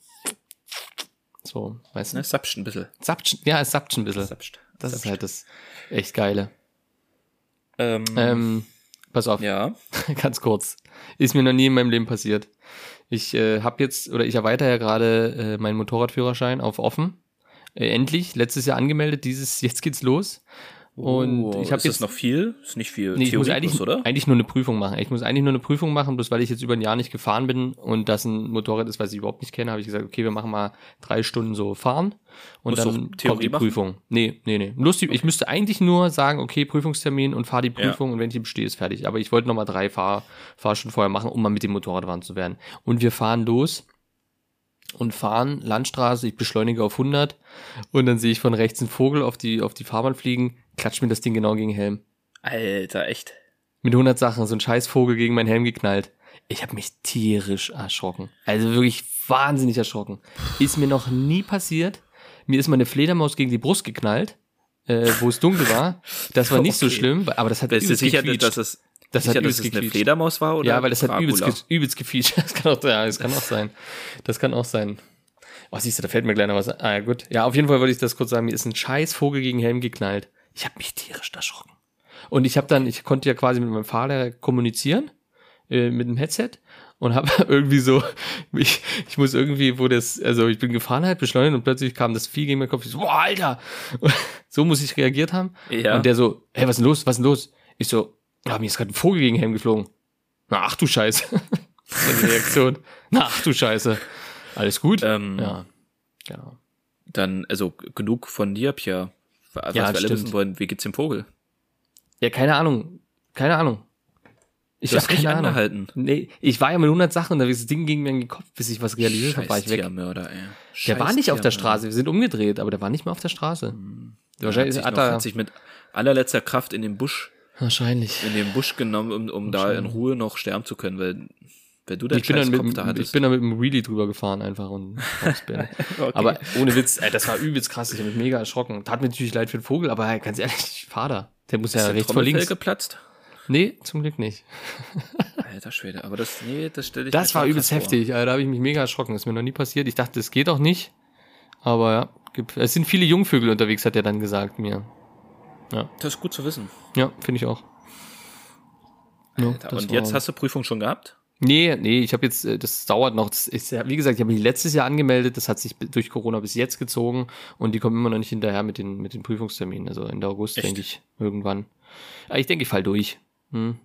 D: so, weißt du?
A: ne, sapscht ein bisschen.
D: Sapschen, ja, es sapscht ein bisschen.
A: Sapscht.
D: Das ist
A: Sapscht.
D: halt das echt Geile.
A: Ähm,
D: Ähm, pass auf,
A: ja.
D: (laughs) ganz kurz. Ist mir noch nie in meinem Leben passiert. Ich äh, habe jetzt, oder ich erweitere ja gerade äh, meinen Motorradführerschein auf offen. Äh, endlich, letztes Jahr angemeldet, dieses, (laughs) jetzt geht's los. Und
A: Oh,
D: ich habe
A: ist das
D: jetzt
A: noch viel? Ist nicht viel
D: Nee, ich muss
A: Theorie
D: eigentlich,
A: bloß, oder?
D: eigentlich nur eine Prüfung machen. Ich muss eigentlich nur eine Prüfung machen, bloß weil ich jetzt über ein Jahr nicht gefahren bin und das ein Motorrad ist, was ich überhaupt nicht kenne, habe ich gesagt, okay, wir machen mal drei Stunden so fahren und
A: Musst du
D: dann
A: auch
D: kommt
A: Theorie
D: die
A: machen?
D: Prüfung. Nee, nee, nee. Lustig, ich müsste eigentlich nur sagen, okay, Prüfungstermin und fahr die Prüfung und wenn ich die bestehe, ist fertig. Aber ich wollte nochmal drei Fahr Fahrstunden vorher machen, um mal mit dem Motorrad warm zu werden. Und wir fahren los und fahren Landstraße, ich beschleunige auf 100 und dann sehe ich von rechts einen Vogel auf die, auf die Fahrbahn fliegen, klatscht mir das Ding genau gegen den Helm
A: Alter, echt.
D: mit 100 Sachen so ein Scheißvogel gegen meinen Helm geknallt. Ich habe mich tierisch erschrocken. Also wirklich wahnsinnig erschrocken. Ist mir noch nie passiert. Mir ist mal eine Fledermaus gegen die Brust geknallt, äh, wo es dunkel war. Das war nicht so
A: Okay.
D: schlimm, aber das hat
A: Bist du
D: übelst
A: sicher,
D: gequietscht.
A: dass es,
D: Das hat
A: sicher, dass
D: übelst
A: es eine
D: gequietscht.
A: Fledermaus war? Oder
D: ja, weil das hat übelst,
A: Dracula?
D: ge- übelst gefeatured. (laughs) Das kann auch, ja, das kann auch sein. Das kann auch sein. Oh, siehst du, da fällt mir gleich noch was ein. Ah, ja, gut. Ja, auf jeden Fall wollte ich das kurz sagen. Mir ist ein scheiß Vogel gegen den Helm geknallt. Ich habe mich tierisch erschrocken. Und ich habe dann, ich konnte ja quasi mit meinem Fahrlehrer kommunizieren, äh, mit dem Headset. Und habe (laughs) irgendwie so, ich, ich muss irgendwie, wo das, also ich bin gefahren halt, beschleunigt und plötzlich kam das Vieh gegen meinen Kopf. Ich so, boah, Alter! (laughs) so muss ich reagiert haben.
A: Ja.
D: Und der so, hey, was ist denn los? Was ist denn los? Ich so, ah, mir ist gerade ein Vogel gegen den Helm geflogen. Na, ach du Scheiße. (laughs) Die Reaktion. Na, ach du Scheiße. Alles gut?
A: Ähm,
D: ja. Genau.
A: Dann, also g- genug von dir, Pia. Was wir
D: Ja,
A: alle
D: stimmt.
A: wissen wollen, wie geht's dem Vogel?
D: Ja, keine Ahnung. Keine Ahnung. Ich
A: Du
D: hab
A: hast
D: keine
A: nicht
D: Ahnung.
A: angehalten.
D: Nee, ich war ja mit 100 Sachen unterwegs. Das Ding ging mir in den Kopf, bis ich was realisiert habe, war
A: Scheiß
D: ich weg.
A: Tiermörder, ey.
D: Der war
A: Scheiß
D: nicht auf
A: Tiermörder.
D: der Straße, wir sind umgedreht, aber der war nicht mal auf der Straße.
A: Hm.
D: Wahrscheinlich
A: Hat sich,
D: hat
A: noch,
D: er.
A: hat sich mit allerletzter Kraft in den Busch,
D: Wahrscheinlich.
A: in den Busch genommen, um, um da in Ruhe noch sterben zu können, weil, wenn du deinen
D: Ich bin, dann
A: scheiß
D: mit,
A: Kopf
D: dem-
A: da
D: ich
A: hattest.
D: bin dann mit dem Wheelie drüber gefahren einfach und raus bin.
A: (laughs)
D: Aber ohne Witz, ey, das war übelst krass, ich habe mich mega erschrocken. Tat mir natürlich leid für den Vogel, aber ey, ganz ehrlich, (laughs) ich fahr da. Der muss ja
A: ist der
D: rechts vor
A: Trommelfell
D: links.
A: geplatzt?
D: Nee, zum Glück nicht.
A: Alter Schwede, aber das, nee, das stelle ich
D: Das
A: mir
D: war
A: schon
D: übelst
A: krass vor.
D: heftig, Alter, da habe ich mich mega erschrocken. Ist mir noch nie passiert. Ich dachte, das geht auch nicht. Aber ja, gibt- es sind viele Jungvögel unterwegs, hat er dann gesagt mir.
A: Das ist gut zu wissen.
D: Ja, finde ich auch. Ja,
A: Alter,
D: das
A: und
D: war-
A: jetzt hast du Prüfung schon gehabt?
D: Nee, nee, ich habe jetzt, äh, das dauert noch. Das ist, ja- wie gesagt, ich habe mich letztes Jahr angemeldet, das hat sich b- durch Corona bis jetzt gezogen und die kommen immer noch nicht hinterher mit den, mit den Prüfungsterminen. Also Ende August,
A: Echt?
D: Ah, denke ich, irgendwann. Aber ich denke, ich fall durch. Hm.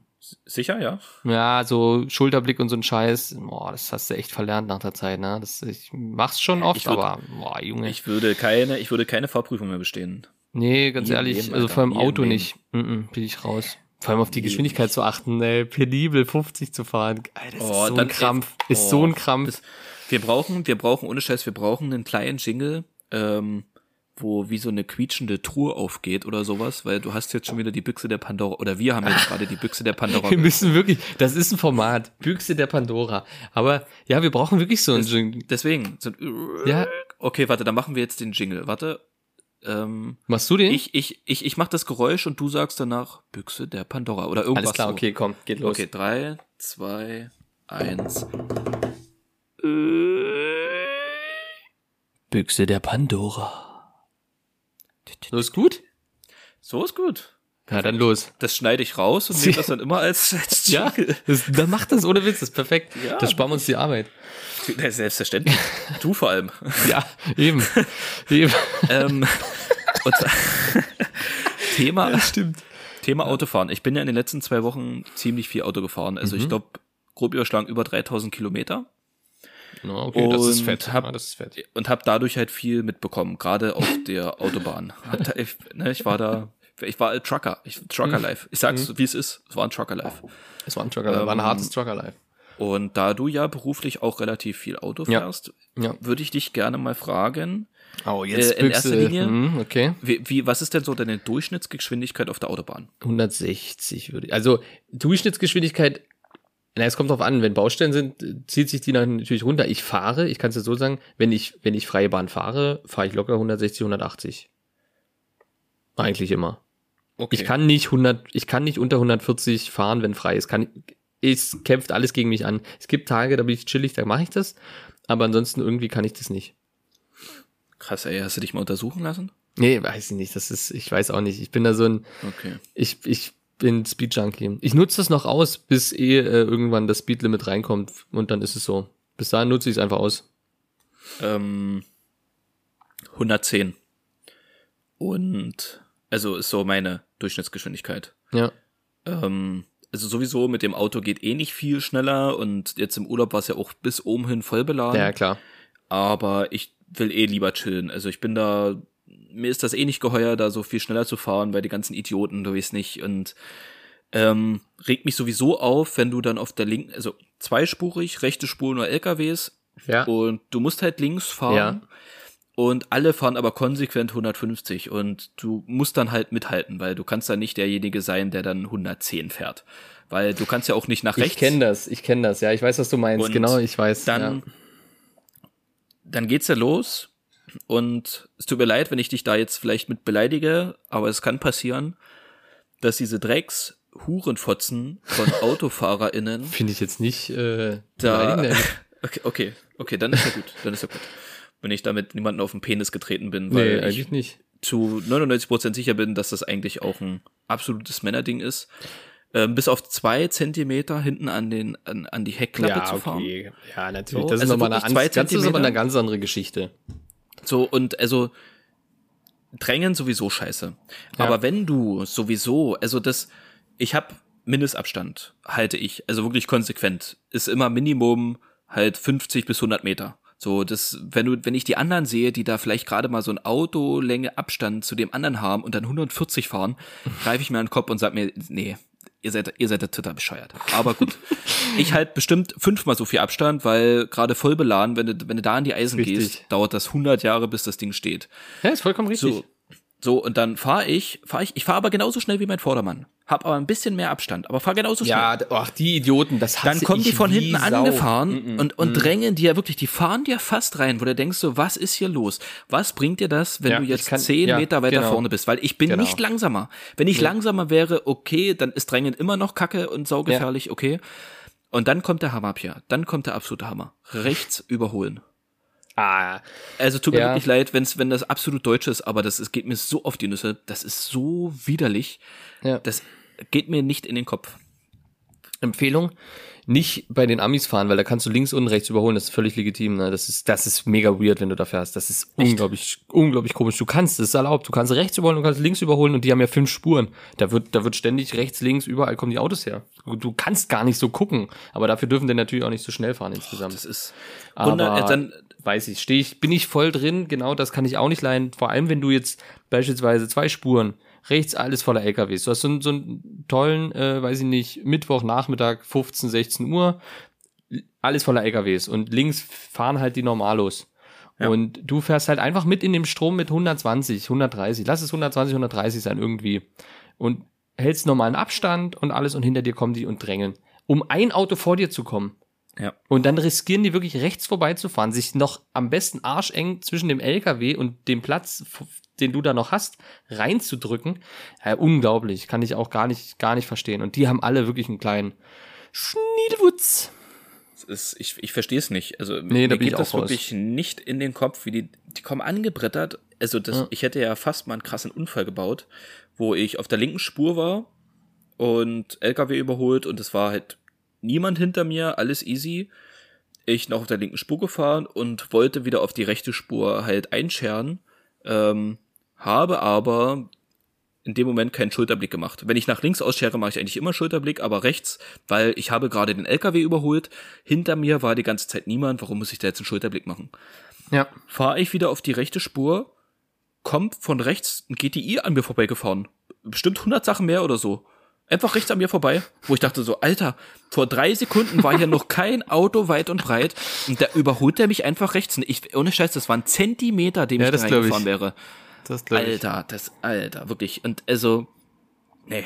A: Sicher, ja.
D: Ja, so Schulterblick und so ein Scheiß, boah, das hast du echt verlernt nach der Zeit, ne? Das, ich mach's schon oft,
A: ich würd-
D: aber boah, Junge.
A: Ich würde keine, ich würde keine Fahrprüfung mehr bestehen.
D: nee, ganz
A: Nie im
D: ehrlich,
A: Leben,
D: also
A: Alter,
D: vor allem
A: nie im
D: Auto
A: Leben.
D: nicht. Mm -mm, bin ich raus. Vor allem auf die
A: Nie im
D: Geschwindigkeit zu achten, ey, penibel 50 zu fahren. Alter, das
A: Oh,
D: ist so ein Krampf. ist so ein Krampf.
A: Das, wir brauchen, wir brauchen, ohne Scheiß, wir brauchen einen kleinen Jingle, ähm, wo wie so eine quietschende Truhe aufgeht oder sowas, weil du hast jetzt schon wieder die Büchse der Pandora, oder wir haben jetzt gerade die Büchse der Pandora.
D: (laughs) Wir müssen wirklich, das ist ein Format, Büchse der Pandora. Aber ja, wir brauchen wirklich so ein Jingle.
A: Deswegen, so,
D: Ja,
A: okay, warte, dann machen wir jetzt den Jingle, warte. Ähm,
D: machst du den?
A: ich, ich, ich, ich mach das Geräusch und du sagst danach Büchse der Pandora oder irgendwas.
D: Alles klar,
A: so.
D: okay, komm, geht los.
A: Okay, drei, zwei, eins.
D: Äh.
E: Büchse der Pandora.
D: So ist gut?
A: So ist gut.
D: Ja, dann los.
A: Das schneide ich raus und nehme das dann immer als, als
D: (laughs) Ja,
A: Jingle.
D: das, dann mach das ohne Witz, das ist perfekt.
A: Ja.
D: das sparen wir uns die Arbeit.
A: Ja, (laughs)
D: (laughs)
A: Selbstverständlich. Du vor allem.
D: Ja, (laughs) eben. eben.
A: ähm, und zwar- (laughs) Thema, Thema Autofahren. Ich bin ja in den letzten zwei Wochen ziemlich viel Auto gefahren. Also
D: Mhm.
A: ich glaube, grob überschlagen über 3000 Kilometer
D: No, okay, das ist
A: Und
D: fett.
A: hab-
D: ja, das ist fett.
A: und habe dadurch halt viel mitbekommen, gerade (laughs) auf der Autobahn. Hab da- Ich, ne, ich war da, ich war Trucker, ich, Trucker Life. Ich sag's, wie es ist, es war ein Trucker Life.
D: Es war ein Trucker, war ein
A: Ähm,
D: hartes Trucker-Life.
A: Und da du ja beruflich auch relativ viel Auto
D: Ja.
A: fährst,
D: Ja.
A: würde ich dich gerne mal fragen,
D: Oh,
A: jetzt Äh, in erster
D: Büchse.
A: Linie-
D: Hm, okay.
A: wie, wie, was ist denn so deine Durchschnittsgeschwindigkeit auf der Autobahn?
D: 160 würde ich. Also Durchschnittsgeschwindigkeit, na, es kommt drauf an, wenn Baustellen sind, äh, zieht sich die dann natürlich runter. Ich fahre, ich kann es ja so sagen, wenn ich, wenn ich freie Bahn fahre, fahre ich locker 160, 180. Eigentlich immer.
A: Okay.
D: Ich kann nicht 100, ich kann nicht unter 140 fahren, wenn frei ist. Kann, es kämpft alles gegen mich an. Es gibt Tage, da bin ich chillig, da mache ich das. Aber ansonsten irgendwie kann ich das nicht.
A: Krass, ey, hast du dich mal untersuchen lassen?
D: Nee, weiß ich nicht. Das ist, ich weiß auch nicht. Ich bin da so ein,
A: Okay.
D: ich, ich bin Speed Junkie. Ich nutze das noch aus, bis eh äh, irgendwann das Speed Limit reinkommt und dann ist es so. Bis dahin nutze ich es einfach aus.
A: Ähm, 110. Und, also ist so meine Durchschnittsgeschwindigkeit.
D: Ja.
A: Ähm, also sowieso mit dem Auto geht eh nicht viel schneller und jetzt im Urlaub war es ja auch bis oben hin voll beladen.
D: Ja, klar.
A: aber ich will eh lieber chillen. Also ich bin da, mir ist das eh nicht geheuer, da so viel schneller zu fahren, weil die ganzen Idioten, du weißt nicht. Und ähm, regt mich sowieso auf, wenn du dann auf der linken, also zweispurig, rechte Spur nur LKWs
D: Ja.
A: und du musst halt links fahren.
D: Ja.
A: Und alle fahren aber konsequent 150 und du musst dann halt mithalten, weil du kannst dann nicht derjenige sein, der dann 110 fährt. Weil du kannst ja auch nicht nach
D: Ich
A: rechts.
D: kenne das, ich kenne das, ja, ich weiß, was du meinst,
A: Und
D: genau, ich weiß.
A: dann, dann geht's ja los. Und es tut mir leid, wenn ich dich da jetzt vielleicht mit beleidige, aber es kann passieren, dass diese Drecks Hurenfotzen
D: (laughs)
A: von AutofahrerInnen
D: ja. finde ich jetzt nicht äh,
A: da.
D: beleidigend.
A: (laughs) Okay, okay, okay, dann ist ja gut. Dann ist ja gut. Wenn ich damit niemanden auf den Penis getreten bin, (laughs)
D: Nee,
A: weil
D: eigentlich
A: ich
D: nicht.
A: zu 99% sicher bin, dass das eigentlich auch ein absolutes Männerding ist. Ähm, bis auf zwei Zentimeter hinten an, den, an, an die Heckklappe zu fahren.
D: Ja, natürlich.
A: So,
D: das ist
A: also
D: nochmal eine,
A: wirklich
D: ganz-
A: zwei
D: das ist aber
A: Zentimeter.
D: eine ganz andere Geschichte.
A: So, und also drängen sowieso scheiße.
D: Ja.
A: Aber wenn du sowieso, also das, ich habe Mindestabstand, halte ich, also wirklich konsequent, ist immer Minimum halt 50 bis 100 Meter. So, das, wenn du, wenn ich die anderen sehe, die da vielleicht gerade mal so ein Autolänge Abstand zu dem anderen haben und dann 140
D: (laughs)
A: fahren, greife ich mir an den Kopf und sag mir, nee, ihr seid, ihr seid der Twitter bescheuert. Aber gut. ich halt bestimmt fünfmal so viel Abstand, weil gerade voll beladen, wenn du, wenn du da in die Eisen
D: Richtig.
A: gehst, dauert das 100 Jahre, bis das Ding steht.
D: Ja, ist vollkommen richtig.
A: So, so und dann fahre ich, fahre ich, ich fahre aber genauso schnell wie mein Vordermann, hab aber ein bisschen mehr Abstand, aber fahre genauso schnell.
D: Ja, d- ach, die Idioten, das hasse
A: Dann kommen die
D: ich
A: von
D: wie
A: hinten
D: Sau. Mhm,
A: angefahren und, und drängen dir wirklich, die fahren dir fast rein, wo du denkst so, was ist hier los? Was bringt dir das, wenn
D: Ja,
A: du
D: ich
A: jetzt
D: kann-
A: zehn
D: ja,
A: Meter weiter
D: genau.
A: vorne bist? Weil ich bin
D: Genau.
A: nicht langsamer. Wenn ich langsamer wäre, okay, dann ist Drängen immer noch kacke und saugefährlich, okay. Und dann kommt der Hammer, Pierre. Dann kommt der absolute Hammer. Rechts überholen.
D: Ah,
A: Also tut mir
D: Ja.
A: wirklich leid, wenn's, wenn das absolut deutsch ist, aber das, es geht mir so auf die Nüsse. Das ist so widerlich.
D: ja.
A: Das geht mir nicht in den Kopf.
D: Empfehlung, nicht bei den Amis fahren, weil da kannst du links und rechts überholen, das ist völlig legitim. Ne? Das, ist, das ist mega weird, wenn du da fährst. Das ist unglaublich, unglaublich komisch. Du kannst, das ist erlaubt. Du kannst rechts überholen, du kannst links überholen und die haben ja fünf Spuren. Da wird, da wird ständig rechts, links, überall kommen die Autos her. Du, du kannst gar nicht so gucken, aber dafür dürfen die natürlich auch nicht so schnell fahren insgesamt.
A: Das ist.
D: Aber
A: Und dann, dann
D: weiß ich, stehe ich, bin ich voll drin, genau das kann ich auch nicht leiden. Vor allem, wenn du jetzt beispielsweise zwei Spuren, rechts alles voller LKWs. Du hast so einen, so einen tollen, äh, weiß ich nicht, Mittwochnachmittag, 15, 16 Uhr, alles voller LKWs. Und links fahren halt die Normalos.
A: Ja.
D: Und du fährst halt einfach mit in dem Strom mit 120, 130. Lass es 120, 130 sein irgendwie. Und hältst normalen Abstand und alles und hinter dir kommen die und drängeln. Um ein Auto vor dir zu kommen.
A: Ja.
D: Und dann riskieren die wirklich rechts vorbeizufahren, sich noch am besten arscheng zwischen dem LKW und dem Platz, f- den du da noch hast, reinzudrücken. Ja, unglaublich, kann ich auch gar nicht, gar nicht verstehen. Und die haben alle wirklich einen kleinen Schniedelwutz.
A: es ist, ich, ich verstehe es nicht. Also
D: Nee,
A: mir
D: da bin
A: geht
D: ich auch
A: das
D: raus.
A: wirklich nicht in den Kopf, wie die, die kommen angebrettert. Also das,
D: Ja.
A: ich hätte ja fast mal einen krassen Unfall gebaut, wo ich auf der linken Spur war und LKW überholt und es war halt niemand hinter mir, alles easy. Ich noch auf der linken Spur gefahren und wollte wieder auf die rechte Spur halt einscheren, ähm, habe aber in dem Moment keinen Schulterblick gemacht. Wenn ich nach links ausschere, mache ich eigentlich immer Schulterblick, aber rechts, weil ich habe gerade den LKW überholt, hinter mir war die ganze Zeit niemand, warum muss ich da jetzt einen Schulterblick machen?
D: Ja.
A: Fahre ich wieder auf die rechte Spur, kommt von rechts ein GTI an mir vorbeigefahren. Bestimmt 100 Sachen mehr oder so. Einfach rechts an mir vorbei, wo ich dachte so, Alter, vor drei Sekunden war hier noch kein Auto weit und breit und da überholt er mich einfach rechts. Ich, ohne Scheiß, das war ein Zentimeter, dem
D: Ja,
A: ich da
D: das glaub ich.
A: reingefahren wäre.
D: Das
A: Alter, das, Alter, wirklich. Und also, nee,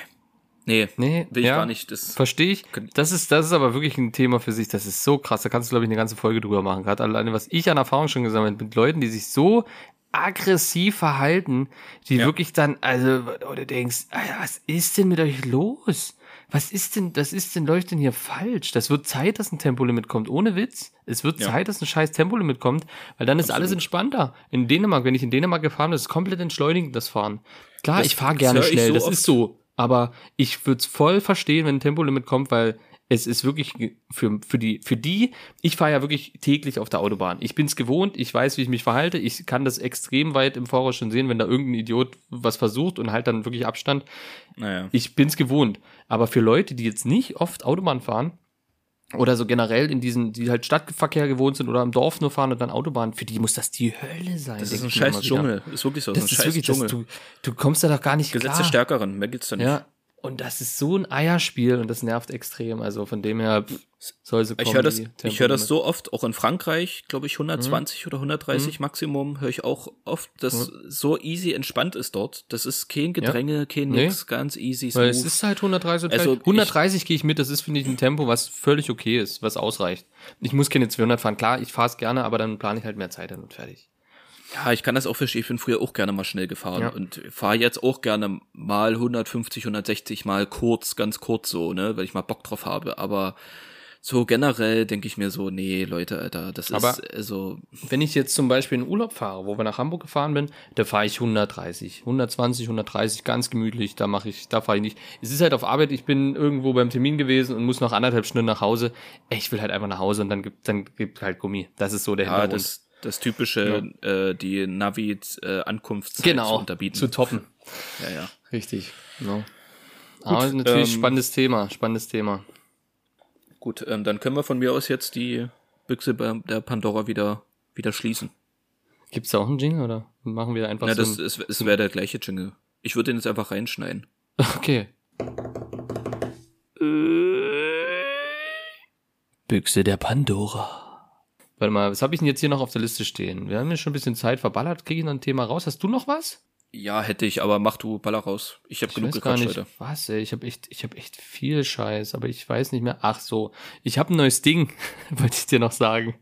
A: nee,
D: Nee,
A: will ich
D: ja.
A: gar nicht. Das,
D: Verstehe ich.
A: Genau.
D: Das ist, das ist aber wirklich ein Thema für sich. Das ist so krass. Da kannst du, glaube ich, eine ganze Folge drüber machen. Gerade alleine, was ich an Erfahrung schon gesammelt habe, mit Leuten, die sich so aggressiv verhalten, die
A: Ja.
D: wirklich dann, also, oder denkst, Alter, was ist denn mit euch los? Was ist denn, das ist denn, läuft denn hier falsch? Das wird Zeit, dass ein Tempolimit kommt, ohne Witz. Es wird
A: Ja.
D: Zeit, dass ein scheiß Tempolimit kommt, weil dann ist alles entspannter. In Dänemark, wenn ich in Dänemark gefahren bin, ist es komplett entschuldigend, das Fahren. Klar,
A: Das-
D: ich fahre
A: das
D: gerne
A: höre ich
D: schnell,
A: so
D: das
A: oft.
D: ist so. Aber ich würde es voll verstehen, wenn ein Tempolimit kommt, weil es ist wirklich ge- für, für die, für die, ich fahre ja wirklich täglich auf der Autobahn. Ich bin es gewohnt, ich weiß, wie ich mich verhalte, ich kann das extrem weit im Voraus schon sehen, wenn da irgendein Idiot was versucht und halt dann wirklich Abstand.
A: naja.
D: Ich bin es gewohnt. Aber für Leute, die jetzt nicht oft Autobahn fahren, oder so generell in diesen, die halt Stadtverkehr gewohnt sind oder im Dorf nur fahren und dann Autobahn, für die muss das die Hölle sein.
A: Das ist ein
D: denk ich mir
A: scheiß
D: immer wieder.
A: Dschungel. Ist wirklich so.
D: Das
A: ein
D: ist
A: scheiß
D: wirklich, das,
A: Dschungel.
D: du, du kommst da doch gar nicht
A: Gesetz
D: klar.
A: des Stärkeren, mehr gibt's da nicht.
D: Ja. Und das ist so ein Eierspiel und das nervt extrem. Also von dem her pff, soll so
A: Ich höre das, ich höre das so oft, auch in Frankreich, glaube ich, 120 oder 130 Maximum höre ich auch oft, dass so easy entspannt ist dort. Das ist kein Gedränge, kein
D: Nee.
A: nix, ganz easy,
D: Weil
A: smooth.
D: es ist halt 130.
A: Also ich-
D: 130 gehe ich mit, das ist, finde ich, ein Tempo, was völlig okay ist, was ausreicht. Ich muss keine 200 fahren. Klar, ich fahre es gerne, aber dann plane ich halt mehr Zeit dann und fertig.
A: ja, ich kann das auch verstehen. Ich bin früher auch gerne mal schnell gefahren
D: Ja.
A: und fahre jetzt auch gerne mal 150, 160 mal kurz, ganz kurz so, ne, weil ich mal Bock drauf habe. Aber so generell denke ich mir so, nee, Leute, Alter, das
D: Aber-
A: ist also
D: Wenn ich jetzt zum Beispiel in Urlaub fahre, wo wir nach Hamburg gefahren bin, da fahre ich 130, 120, 130, ganz gemütlich, da mache ich, da fahre ich nicht. Es ist halt auf Arbeit, ich bin irgendwo beim Termin gewesen und muss noch anderthalb Stunden nach Hause. Ey, Ich will halt einfach nach Hause und dann gibt, dann gibt halt Gummi. Das ist so der
A: ja, das, das typische, äh, die Navi äh, Ankunftszeit zu
D: genau,
A: unterbieten.
D: zu toppen.
A: ja, ja.
D: Richtig. Genau. Aber natürlich
A: ähm,
D: spannendes Thema, spannendes Thema.
A: Gut, ähm, dann können wir von mir aus jetzt die Büchse bei- der Pandora wieder, wieder schließen.
D: Gibt's da auch einen Jingle oder machen wir einfach
A: Na,
D: so
A: das,
D: ein-
A: es, es wäre der gleiche Jingle. Ich würde den jetzt einfach reinschneiden.
D: Okay.
E: Büchse der Pandora.
D: Warte mal, was habe ich denn jetzt hier noch auf der Liste stehen? Wir haben ja schon ein bisschen Zeit verballert, kriege ich noch ein Thema raus. Hast du noch was?
A: Ja, hätte ich, aber mach du Baller raus. Ich habe
D: Ich
A: genug
D: weiß gar
A: gequatscht, Leute.
D: nicht, was, ey. Ich habe echt, ich hab echt viel Scheiß, aber ich weiß nicht mehr. Ach so, ich habe ein neues Ding, (laughs) wollte ich dir noch sagen.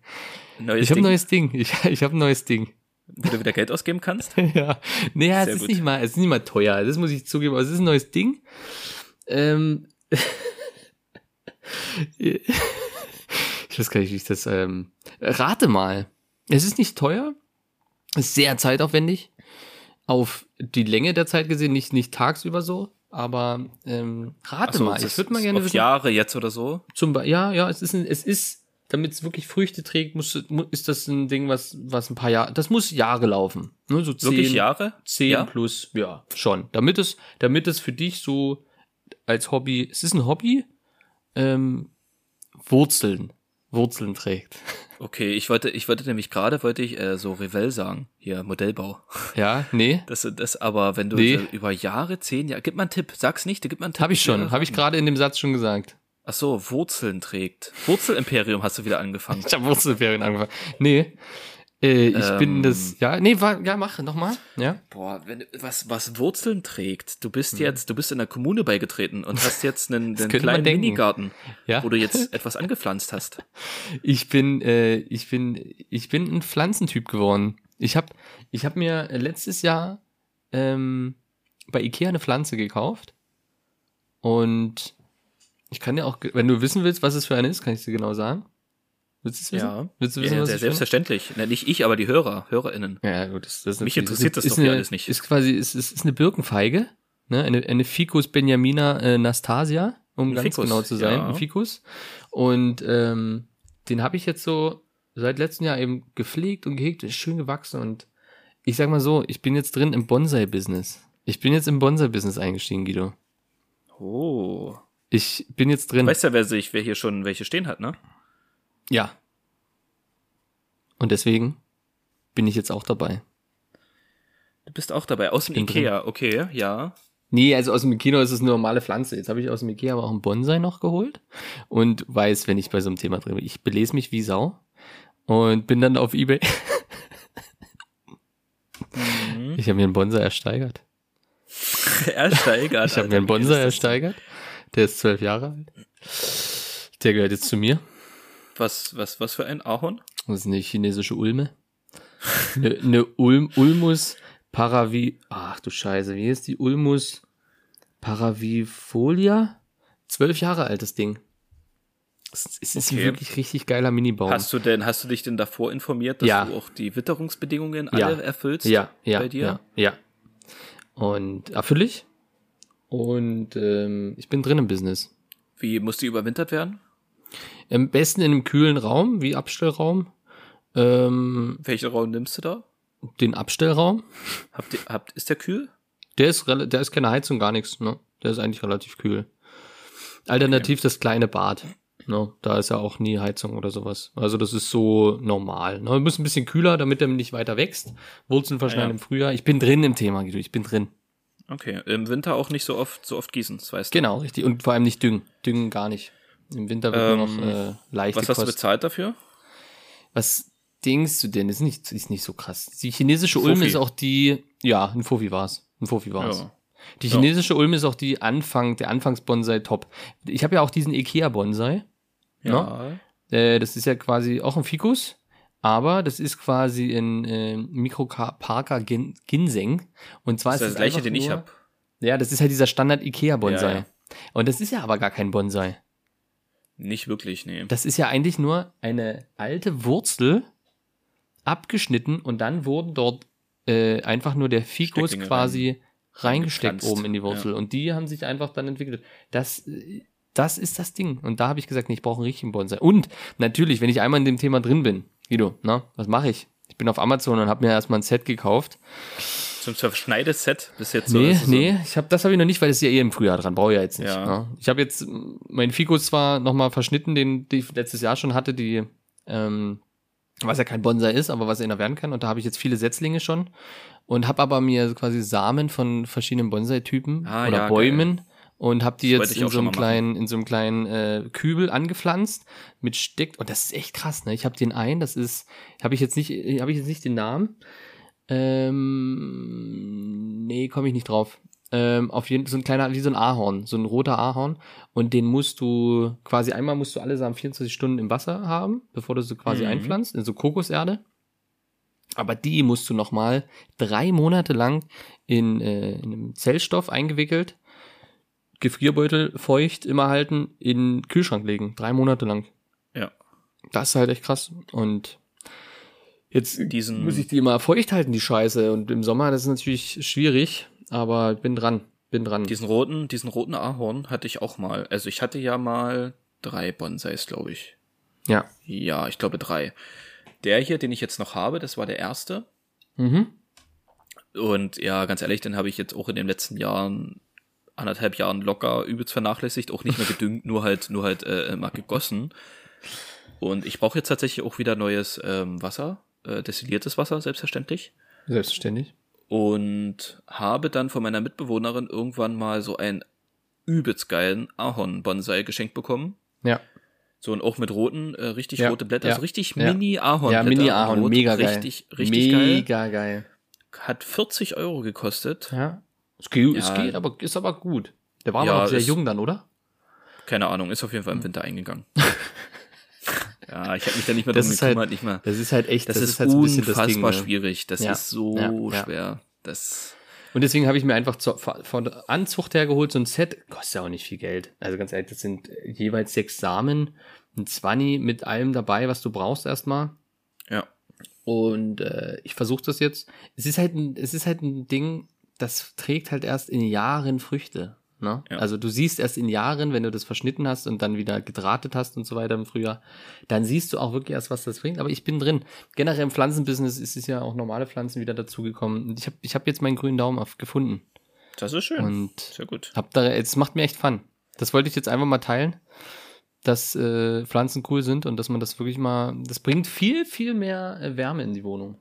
A: Neues
D: ich habe ein
A: Ding,
D: neues Ding. (laughs) Ich, ich habe ein neues Ding.
A: wo du wieder Geld ausgeben
D: (laughs)
A: kannst.
D: ja. Naja,
A: Sehr
D: es ist
A: gut.
D: nicht mal, es ist nicht mal teuer. Das muss ich zugeben. Aber es ist ein neues Ding. Ähm, (laughs) ich weiß gar nicht, wie ich das, ähm, rate mal. Es ist nicht teuer. Es ist sehr zeitaufwendig. Auf die Länge der Zeit gesehen, nicht, nicht tagsüber so. aber ähm,
A: Ach
D: rate
A: so,
D: mal,
A: das
D: ich würde mal
A: ist
D: gerne
A: Auf
D: wissen,
A: Jahre jetzt oder so.
D: zum Be ja, ja, es ist, ein, es ist, damit es wirklich Früchte trägt, muss, mu- ist das ein Ding, was, was ein paar Jahre, das muss Jahre laufen, ne, so zehn,
A: Wirklich Jahre?
D: zehn
A: Ja.
D: plus, ja, schon, damit es, damit es für dich so als Hobby, es ist ein Hobby, ähm, Wurzeln, Wurzeln trägt,
A: Okay, ich wollte, ich wollte nämlich gerade, wollte ich äh, so Revell sagen, hier Modellbau.
D: ja, nee,
A: Das, das aber, wenn du
D: Nee.
A: so über Jahre, zehn Jahre, gib mal einen Tipp, sag's nicht, gib mal einen Tipp.
D: habe ich schon, habe ich gerade in dem Satz schon gesagt.
A: Ach so, Wurzeln trägt. Wurzelimperium hast du wieder angefangen.
D: Ich habe Wurzelferien angefangen. Nee. Äh, ich bin
A: Ähm.
D: das. Ja, nee, war, ja, mach nochmal. Ja.
A: Boah, wenn, du- was, was Wurzeln trägt, du bist jetzt, du bist in der Kommune beigetreten und hast jetzt
D: (laughs)
A: einen, einen
D: Hm. könnte man
A: kleinen
D: denken.
A: Minigarten,
D: Ja.
A: wo du
D: (laughs)
A: jetzt etwas angepflanzt hast.
D: Ich bin, äh, ich bin, ich bin ein Pflanzentyp geworden. Ich habe ich hab mir letztes Jahr ähm, bei Ikea eine Pflanze gekauft. Und ich kann dir auch, ge- wenn du wissen willst, was es für eine ist, kann ich dir genau sagen. Willst du es wissen?
A: Ja.
D: Willst du wissen,
A: Ja,
D: was
A: sehr
D: es für eine
A: selbstverständlich. Na, nicht ich, aber die Hörer, HörerInnen.
D: Ja, gut, das, das ist
A: Mich
D: natürlich-
A: interessiert das
D: ist
A: doch hier
D: eine,
A: alles nicht.
D: Ist quasi, ist, ist, ist eine Birkenfeige, ne? eine, eine Ficus Benjamina äh, Nastasia, um
A: Ein
D: ganz
A: Ficus,
D: genau zu sein,
A: ja.
D: ein Ficus. Und ähm, den habe ich jetzt so seit letztem Jahr eben gepflegt und gehegt, ist schön gewachsen und ich sag mal so, ich bin jetzt drin im Bonsai-Business. Ich bin jetzt im Bonsai-Business eingestiegen, Guido.
A: Oh.
D: Ich bin jetzt drin.
A: Weißt ja, wer sich, wer hier schon welche stehen hat, ne?
D: Ja. Und deswegen bin ich jetzt auch dabei.
A: Du bist auch dabei, aus dem
D: bin drin.
A: Ikea, okay,
D: (laughs)
A: ja.
D: Nee, also aus dem Kino ist es eine normale Pflanze. Jetzt habe ich aus dem Ikea aber auch einen Bonsai noch geholt und weiß, wenn ich bei so einem Thema drin bin, ich belese mich wie Sau und bin dann auf Ebay. (laughs)
A: Mhm. (laughs)
D: Ich habe mir einen Bonsai ersteigert.
A: Ersteigert.
D: Ich habe mir einen
A: Also,
D: Bonsai ersteigert. Der ist zwölf Jahre alt. Der gehört jetzt zu mir.
A: Was, was, was für ein Ahorn?
D: Das ist eine chinesische Ulme. Eine, eine Ulm, Ulmus paravi... Ach du Scheiße, wie ist die Ulmus paravifolia? Zwölf Jahre alt, das Ding. Es, es ist ein
A: Okay.
D: wirklich richtig geiler Minibaum.
A: Hast du denn, hast du dich denn davor informiert, dass
D: Oh. Ja.
A: du auch die Witterungsbedingungen
D: Ja.
A: alle erfüllst?
D: ja, ja,
A: bei dir?
D: ja, ja. Und erfülle ich. Und ähm, ich bin drin im Business.
A: Wie muss die überwintert werden?
D: Am besten in einem kühlen Raum, wie Abstellraum. Ähm,
A: Welche Raum nimmst du da?
D: den Abstellraum.
A: Habt ihr, habt, ist der kühl?
D: Der ist, rela- der ist keine Heizung, gar nichts. Ne? Der ist eigentlich relativ kühl. Alternativ das kleine Bad. Ne? Da ist ja auch nie Heizung oder sowas. Also das ist so normal. Ne? Muss ein bisschen kühler, damit er nicht weiter wächst. Wurzeln verschneiden
A: Ja.
D: im Frühjahr. Ich bin drin im Thema, Guido. Ich bin drin.
A: Okay, im Winter auch nicht so oft, so oft gießen, das weißt
D: Genau, richtig. Und vor allem nicht düngen. Düngen gar nicht. Im Winter wird nur
A: Ähm,
D: noch äh,
A: du.
D: leichte
A: Was hast du
D: Kost.
A: bezahlt dafür?
D: Was denkst du denn? Ist nicht, ist nicht so krass. Die chinesische Ulme
A: Fuffi.
D: ist auch die. Ja, ein Fofi war's. Ein Fofi war's.
A: Ja.
D: Die
A: Ja.
D: chinesische Ulme ist auch die Anfang, der Anfangsbonsai top. Ich habe ja auch diesen Ikea-Bonsai. Ne?
A: ja.
D: Äh, das ist ja quasi auch ein Fikus, aber das ist quasi in äh, Mikroparker Gin Ginseng. Und zwar
A: Das ist
D: ist
A: der
D: es
A: gleiche,
D: einfach
A: den ich
D: nur-
A: hab.
D: Ja, das ist halt dieser Standard Ikea-Bonsai.
A: Ja, ja.
D: Und das ist ja aber gar kein Bonsai.
A: Nicht wirklich, nee.
D: Das ist ja eigentlich nur eine alte Wurzel abgeschnitten und dann wurden dort äh, einfach nur der Fikus
A: Stecklinge
D: quasi reingesteckt
A: reingepflanzt.
D: oben in die Wurzel und die haben sich einfach dann entwickelt. Das, äh, das ist das Ding. Und da habe ich gesagt, nee, ich brauche einen richtigen Bonsai. Und natürlich, wenn ich einmal in dem Thema drin bin, Guido, na, was mache ich? Ich bin auf Amazon und habe mir erstmal ein Set gekauft.
A: Zum Zerschneideset bis jetzt so.
D: nee,
A: das ist so-
D: nee, ich hab, das habe ich noch nicht, weil das ist ja eh im Frühjahr dran. Brauche ich ja jetzt nicht.
A: Ja.
D: ne? Ich habe jetzt mm, meinen Fikus zwar nochmal verschnitten, den den ich letztes Jahr schon hatte, die, ähm, was ja kein Bonsai ist, aber was er noch werden kann. Und da habe ich jetzt viele Setzlinge schon und habe aber mir quasi Samen von verschiedenen Bonsai-Typen
A: Ah,
D: oder
A: ja,
D: Bäumen und habe die
A: wollte
D: jetzt
A: ich
D: in
A: auch
D: so,
A: schon
D: einem
A: mal machen.
D: kleinen, in so einem kleinen äh, Kübel angepflanzt mit Steck. Und das ist echt krass, ne? Ich habe den einen, das ist, habe ich jetzt nicht, habe ich jetzt nicht den Namen. Ähm, nee, komme ich nicht drauf. Ähm, auf jeden Fall so ein kleiner, wie so ein Ahorn, so ein roter Ahorn. Und den musst du quasi einmal musst du allesamt 24 Stunden im Wasser haben, bevor du sie quasi
A: Mhm.
D: einpflanzt, in so Kokoserde. Aber die musst du nochmal drei Monate lang in, äh, in einem Zellstoff eingewickelt, Gefrierbeutel feucht immer halten, in den Kühlschrank legen. Drei Monate lang.
A: Ja.
D: Das ist halt echt krass. Und jetzt
A: Diesen-
D: muss ich die immer feucht halten, die Scheiße. Und im Sommer, das ist natürlich schwierig, aber ich bin dran. bin dran.
A: Diesen roten, diesen roten Ahorn hatte ich auch mal. Also ich hatte ja mal drei Bonsais, glaube ich.
D: Ja.
A: Ja, ich glaube drei. Der hier, den ich jetzt noch habe, das war der erste.
D: Mhm.
A: Und ja, ganz ehrlich, den habe ich jetzt auch in den letzten Jahren, anderthalb Jahren locker übelst vernachlässigt, auch nicht mehr gedüngt, nur halt, nur halt äh, mal gegossen. Und ich brauche jetzt tatsächlich auch wieder neues ähm, Wasser, äh, destilliertes Wasser, selbstverständlich.
D: Selbstverständlich.
A: Und habe dann von meiner Mitbewohnerin irgendwann mal so einen übelst geilen Ahorn-Bonsai geschenkt bekommen.
D: Ja.
A: So und auch mit roten, äh, richtig
D: Ja,
A: rote Blätter,
D: ja,
A: also richtig
D: ja.
A: Mini-Ahorn.
D: ja, Mini Ahorn, mega geil.
A: Richtig, richtig geil.
D: mega geil.
A: Hat 40 Euro gekostet.
D: Ja. Es geht, es
A: Ja.
D: geht aber, ist aber gut. Der war
A: Ja,
D: aber noch sehr
A: ist-
D: jung dann, oder?
A: Keine Ahnung, ist auf jeden Fall
D: Hm.
A: im Winter
D: (laughs)
A: eingegangen. ja, ich habe mich da nicht mehr
D: Das
A: drum
D: ist halt-
A: gekümmert, nicht mehr.
D: Das ist halt echt,
A: Das, ist,
D: halt so ein bisschen das
A: unfassbar
D: Ding, ne?
A: schwierig. Das
D: Ja,
A: ist so
D: ja, ja.
A: schwer. Das
D: Und deswegen habe ich mir einfach zur, von Anzucht hergeholt, so ein Set kostet ja auch nicht viel Geld. Also ganz ehrlich, das sind jeweils sechs Samen, ein 20 mit allem dabei, was du brauchst erstmal.
A: Ja.
D: Und äh, ich versuche das jetzt. Es ist halt ein, es ist halt ein Ding, das trägt halt erst in Jahren Früchte. Ne?
A: Ja.
D: Also du siehst erst in Jahren, wenn du das verschnitten hast und dann wieder gedrahtet hast und so weiter im Frühjahr, dann siehst du auch wirklich erst, was das bringt. Aber ich bin drin. Generell im Pflanzenbusiness ist es ja auch normale Pflanzen wieder dazugekommen. Und Ich habe ich hab jetzt meinen grünen Daumen auf, gefunden.
A: das ist schön.
D: Und
A: Sehr gut.
D: hab da, es macht mir echt Fun. Das wollte ich jetzt einfach mal teilen, dass äh, Pflanzen cool sind und dass man das wirklich mal, das bringt viel, viel mehr äh, Wärme in die Wohnung.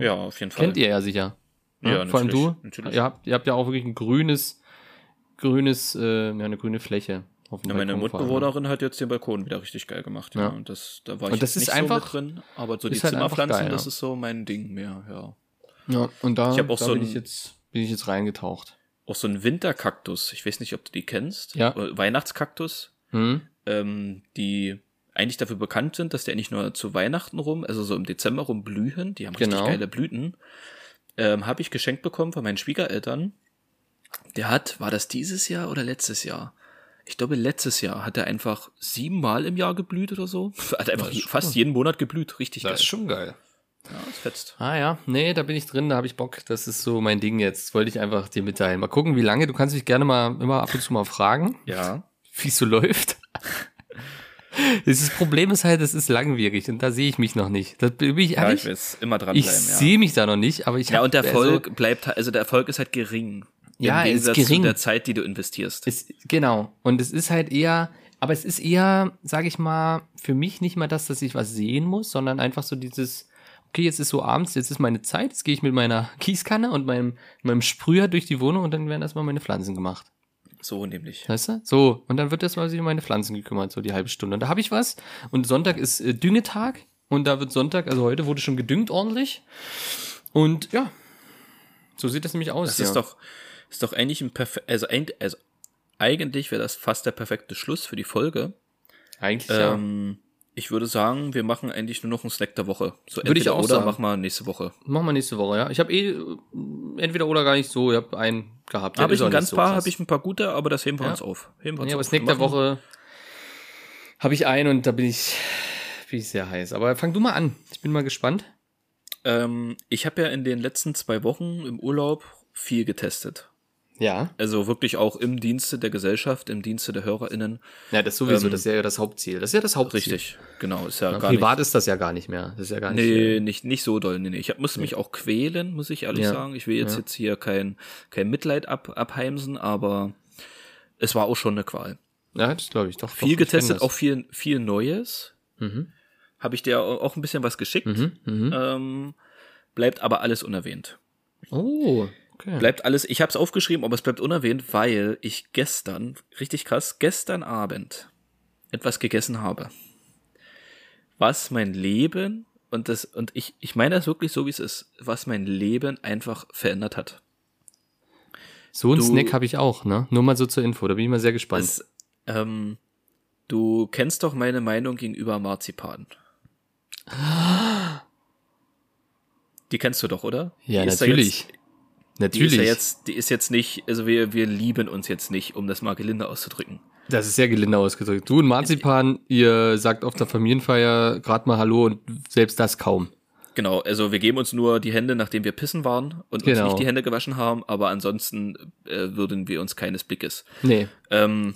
A: Ja, auf jeden Fall.
D: Kennt ihr ja sicher. Ne?
A: Ja,
D: Vor allem
A: natürlich,
D: du.
A: natürlich.
D: Ihr, habt, ihr habt ja auch wirklich ein grünes, grünes, äh, ja, eine grüne Fläche. Auf dem
A: Ja, meine
D: Balkon vor allem.
A: Mitbewohnerin hat jetzt den Balkon wieder richtig geil gemacht. Ja.
D: Ja.
A: Und das, da war ich
D: Und das
A: jetzt
D: ist
A: nicht
D: einfach-
A: so mit drin, aber so die
D: ist halt einfach
A: Zimmerpflanzen,
D: geil,
A: das
D: ja.
A: ist so mein Ding mehr. Ja.
D: Ja, und da,
A: Ich hab auch
D: da
A: so
D: bin,
A: ein-
D: ich jetzt, ne? bin ich jetzt reingetaucht.
A: Auch so ein Winterkaktus. Ich weiß nicht, ob du die kennst.
D: Ja.
A: Äh, Weihnachtskaktus.
D: Hm?
A: ähm, die eigentlich dafür bekannt sind, dass der nicht nur zu Weihnachten rum, also so im Dezember rum blühen, die haben richtig
D: Genau.
A: geile Blüten, ähm, habe ich geschenkt bekommen von meinen Schwiegereltern. Der hat, war das dieses Jahr oder letztes Jahr? Ich glaube, letztes Jahr hat er einfach siebenmal im Jahr geblüht oder so. (laughs) Hat einfach
D: ist
A: je-
D: schon-
A: fast jeden Monat geblüht, richtig geil.
D: schon geil.
A: Ja, das fetzt.
D: Ah ja, nee, da bin ich drin, da habe ich Bock. Das ist so mein Ding jetzt. Wollte ich einfach dir mitteilen. Mal gucken, wie lange. Du kannst mich gerne mal immer ab und zu mal fragen,
A: Ja.
D: wie es so läuft. (laughs) Das Problem ist halt, es ist langwierig und da sehe ich mich noch nicht. Das bin ich,
A: Ja,
D: hab
A: ich
D: ich,
A: weiß, immer dran
D: ich
A: bleiben, ja.
D: sehe mich da noch nicht, aber ich
A: Ja,
D: hab-
A: und der
D: also,
A: Erfolg bleibt, halt- also der Erfolg ist halt gering.
D: Ja,
A: Im
D: er ist
A: Gegensatz
D: gering.
A: zu der Zeit, die du investierst.
D: Es, genau. Und es ist halt eher, aber es ist eher, sage ich mal, für mich nicht mal das, dass ich was sehen muss, sondern einfach so dieses, okay, jetzt ist so abends, jetzt ist meine Zeit, jetzt gehe ich mit meiner (laughs) Gießkanne und meinem, meinem Sprüher durch die Wohnung und dann werden erstmal meine Pflanzen gemacht.
A: So nämlich.
D: Weißt du? So, und dann wird erstmal sich um meine Pflanzen gekümmert, so die halbe Stunde. Und da habe ich was. Und Sonntag ist äh, Düngetag. Und da wird Sonntag, also heute wurde schon gedüngt ordentlich. Und ja, so sieht das nämlich aus.
A: Das
D: ja.
A: ist doch, ist doch eigentlich ein perfekt, also, ein- also eigentlich wäre das fast der perfekte Schluss für die Folge.
D: eigentlich ja.
A: Ähm, ich würde sagen, wir machen eigentlich nur noch einen Snack der Woche. So
D: Würde ich
A: entweder
D: auch
A: oder
D: sagen.
A: machen wir nächste Woche.
D: Machen wir nächste Woche, ja. Ich habe eh äh, entweder oder gar nicht so, ich habe einen gehabt. der
A: Habe
D: ist
A: ich
D: auch
A: ein
D: nicht
A: ganz
D: so
A: paar,
D: krass.
A: habe ich ein paar gute, aber das heben wir
D: Ja.
A: uns auf. Heben wir uns
D: Ja, aber
A: auf.
D: Snack
A: Wir
D: der
A: machen-
D: Woche habe ich einen und da bin ich, bin ich sehr heiß. Aber fang du mal an. Ich bin mal gespannt.
A: Ähm, ich habe ja in den letzten zwei Wochen im Urlaub viel getestet.
D: Ja.
A: Also wirklich auch im Dienste der Gesellschaft, im Dienste der HörerInnen.
D: Ja, das sowieso,
A: Ähm,
D: das ist ja das Hauptziel. Das ist ja das Hauptziel.
A: Richtig, genau. Ist ja,
D: Ja,
A: gar
D: privat
A: nicht.
D: ist das ja gar nicht mehr. Das ist ja gar nicht.
A: Nee, nicht, nicht so doll. Nee, nee. Ich hab, musste mich auch quälen, muss ich ehrlich
D: Ja.
A: sagen. Ich will jetzt,
D: Ja.
A: jetzt hier kein, kein Mitleid ab, abheimsen, aber es war auch schon eine Qual.
D: Ja, das glaube ich doch. doch,
A: Viel
D: ich kenn
A: getestet,
D: das.
A: auch viel, viel Neues.
D: Mhm.
A: Habe ich dir au- auch ein bisschen was geschickt.
D: Mhm. Mhm.
A: Ähm, bleibt aber alles unerwähnt.
D: Oh, okay.
A: Bleibt alles, ich habe es aufgeschrieben, aber es bleibt unerwähnt, weil ich gestern, richtig krass, gestern Abend etwas gegessen habe. Was mein Leben und das, und ich, ich meine das wirklich so, wie es ist, was mein Leben einfach verändert hat.
D: so einen
A: du-
D: Snack habe ich auch, ne? Nur mal so zur Info, da bin ich mal sehr gespannt.
A: Es, ähm, du kennst doch meine Meinung gegenüber Marzipan. Die kennst du doch, oder?
D: ja,
A: Die ist
D: natürlich.
A: Jetzt, die
D: natürlich.
A: Ist ja jetzt, die ist jetzt nicht, also wir, wir lieben uns jetzt nicht, um das mal gelinde auszudrücken.
D: Das ist sehr gelinde ausgedrückt. Du und Marzipan, ihr sagt auf der Familienfeier gerade mal Hallo und selbst das kaum.
A: Genau, also wir geben uns nur die Hände, nachdem wir pissen waren und uns
D: Genau.
A: nicht die Hände gewaschen haben, aber ansonsten äh, würden wir uns keines Blickes.
D: Nee.
A: Ähm,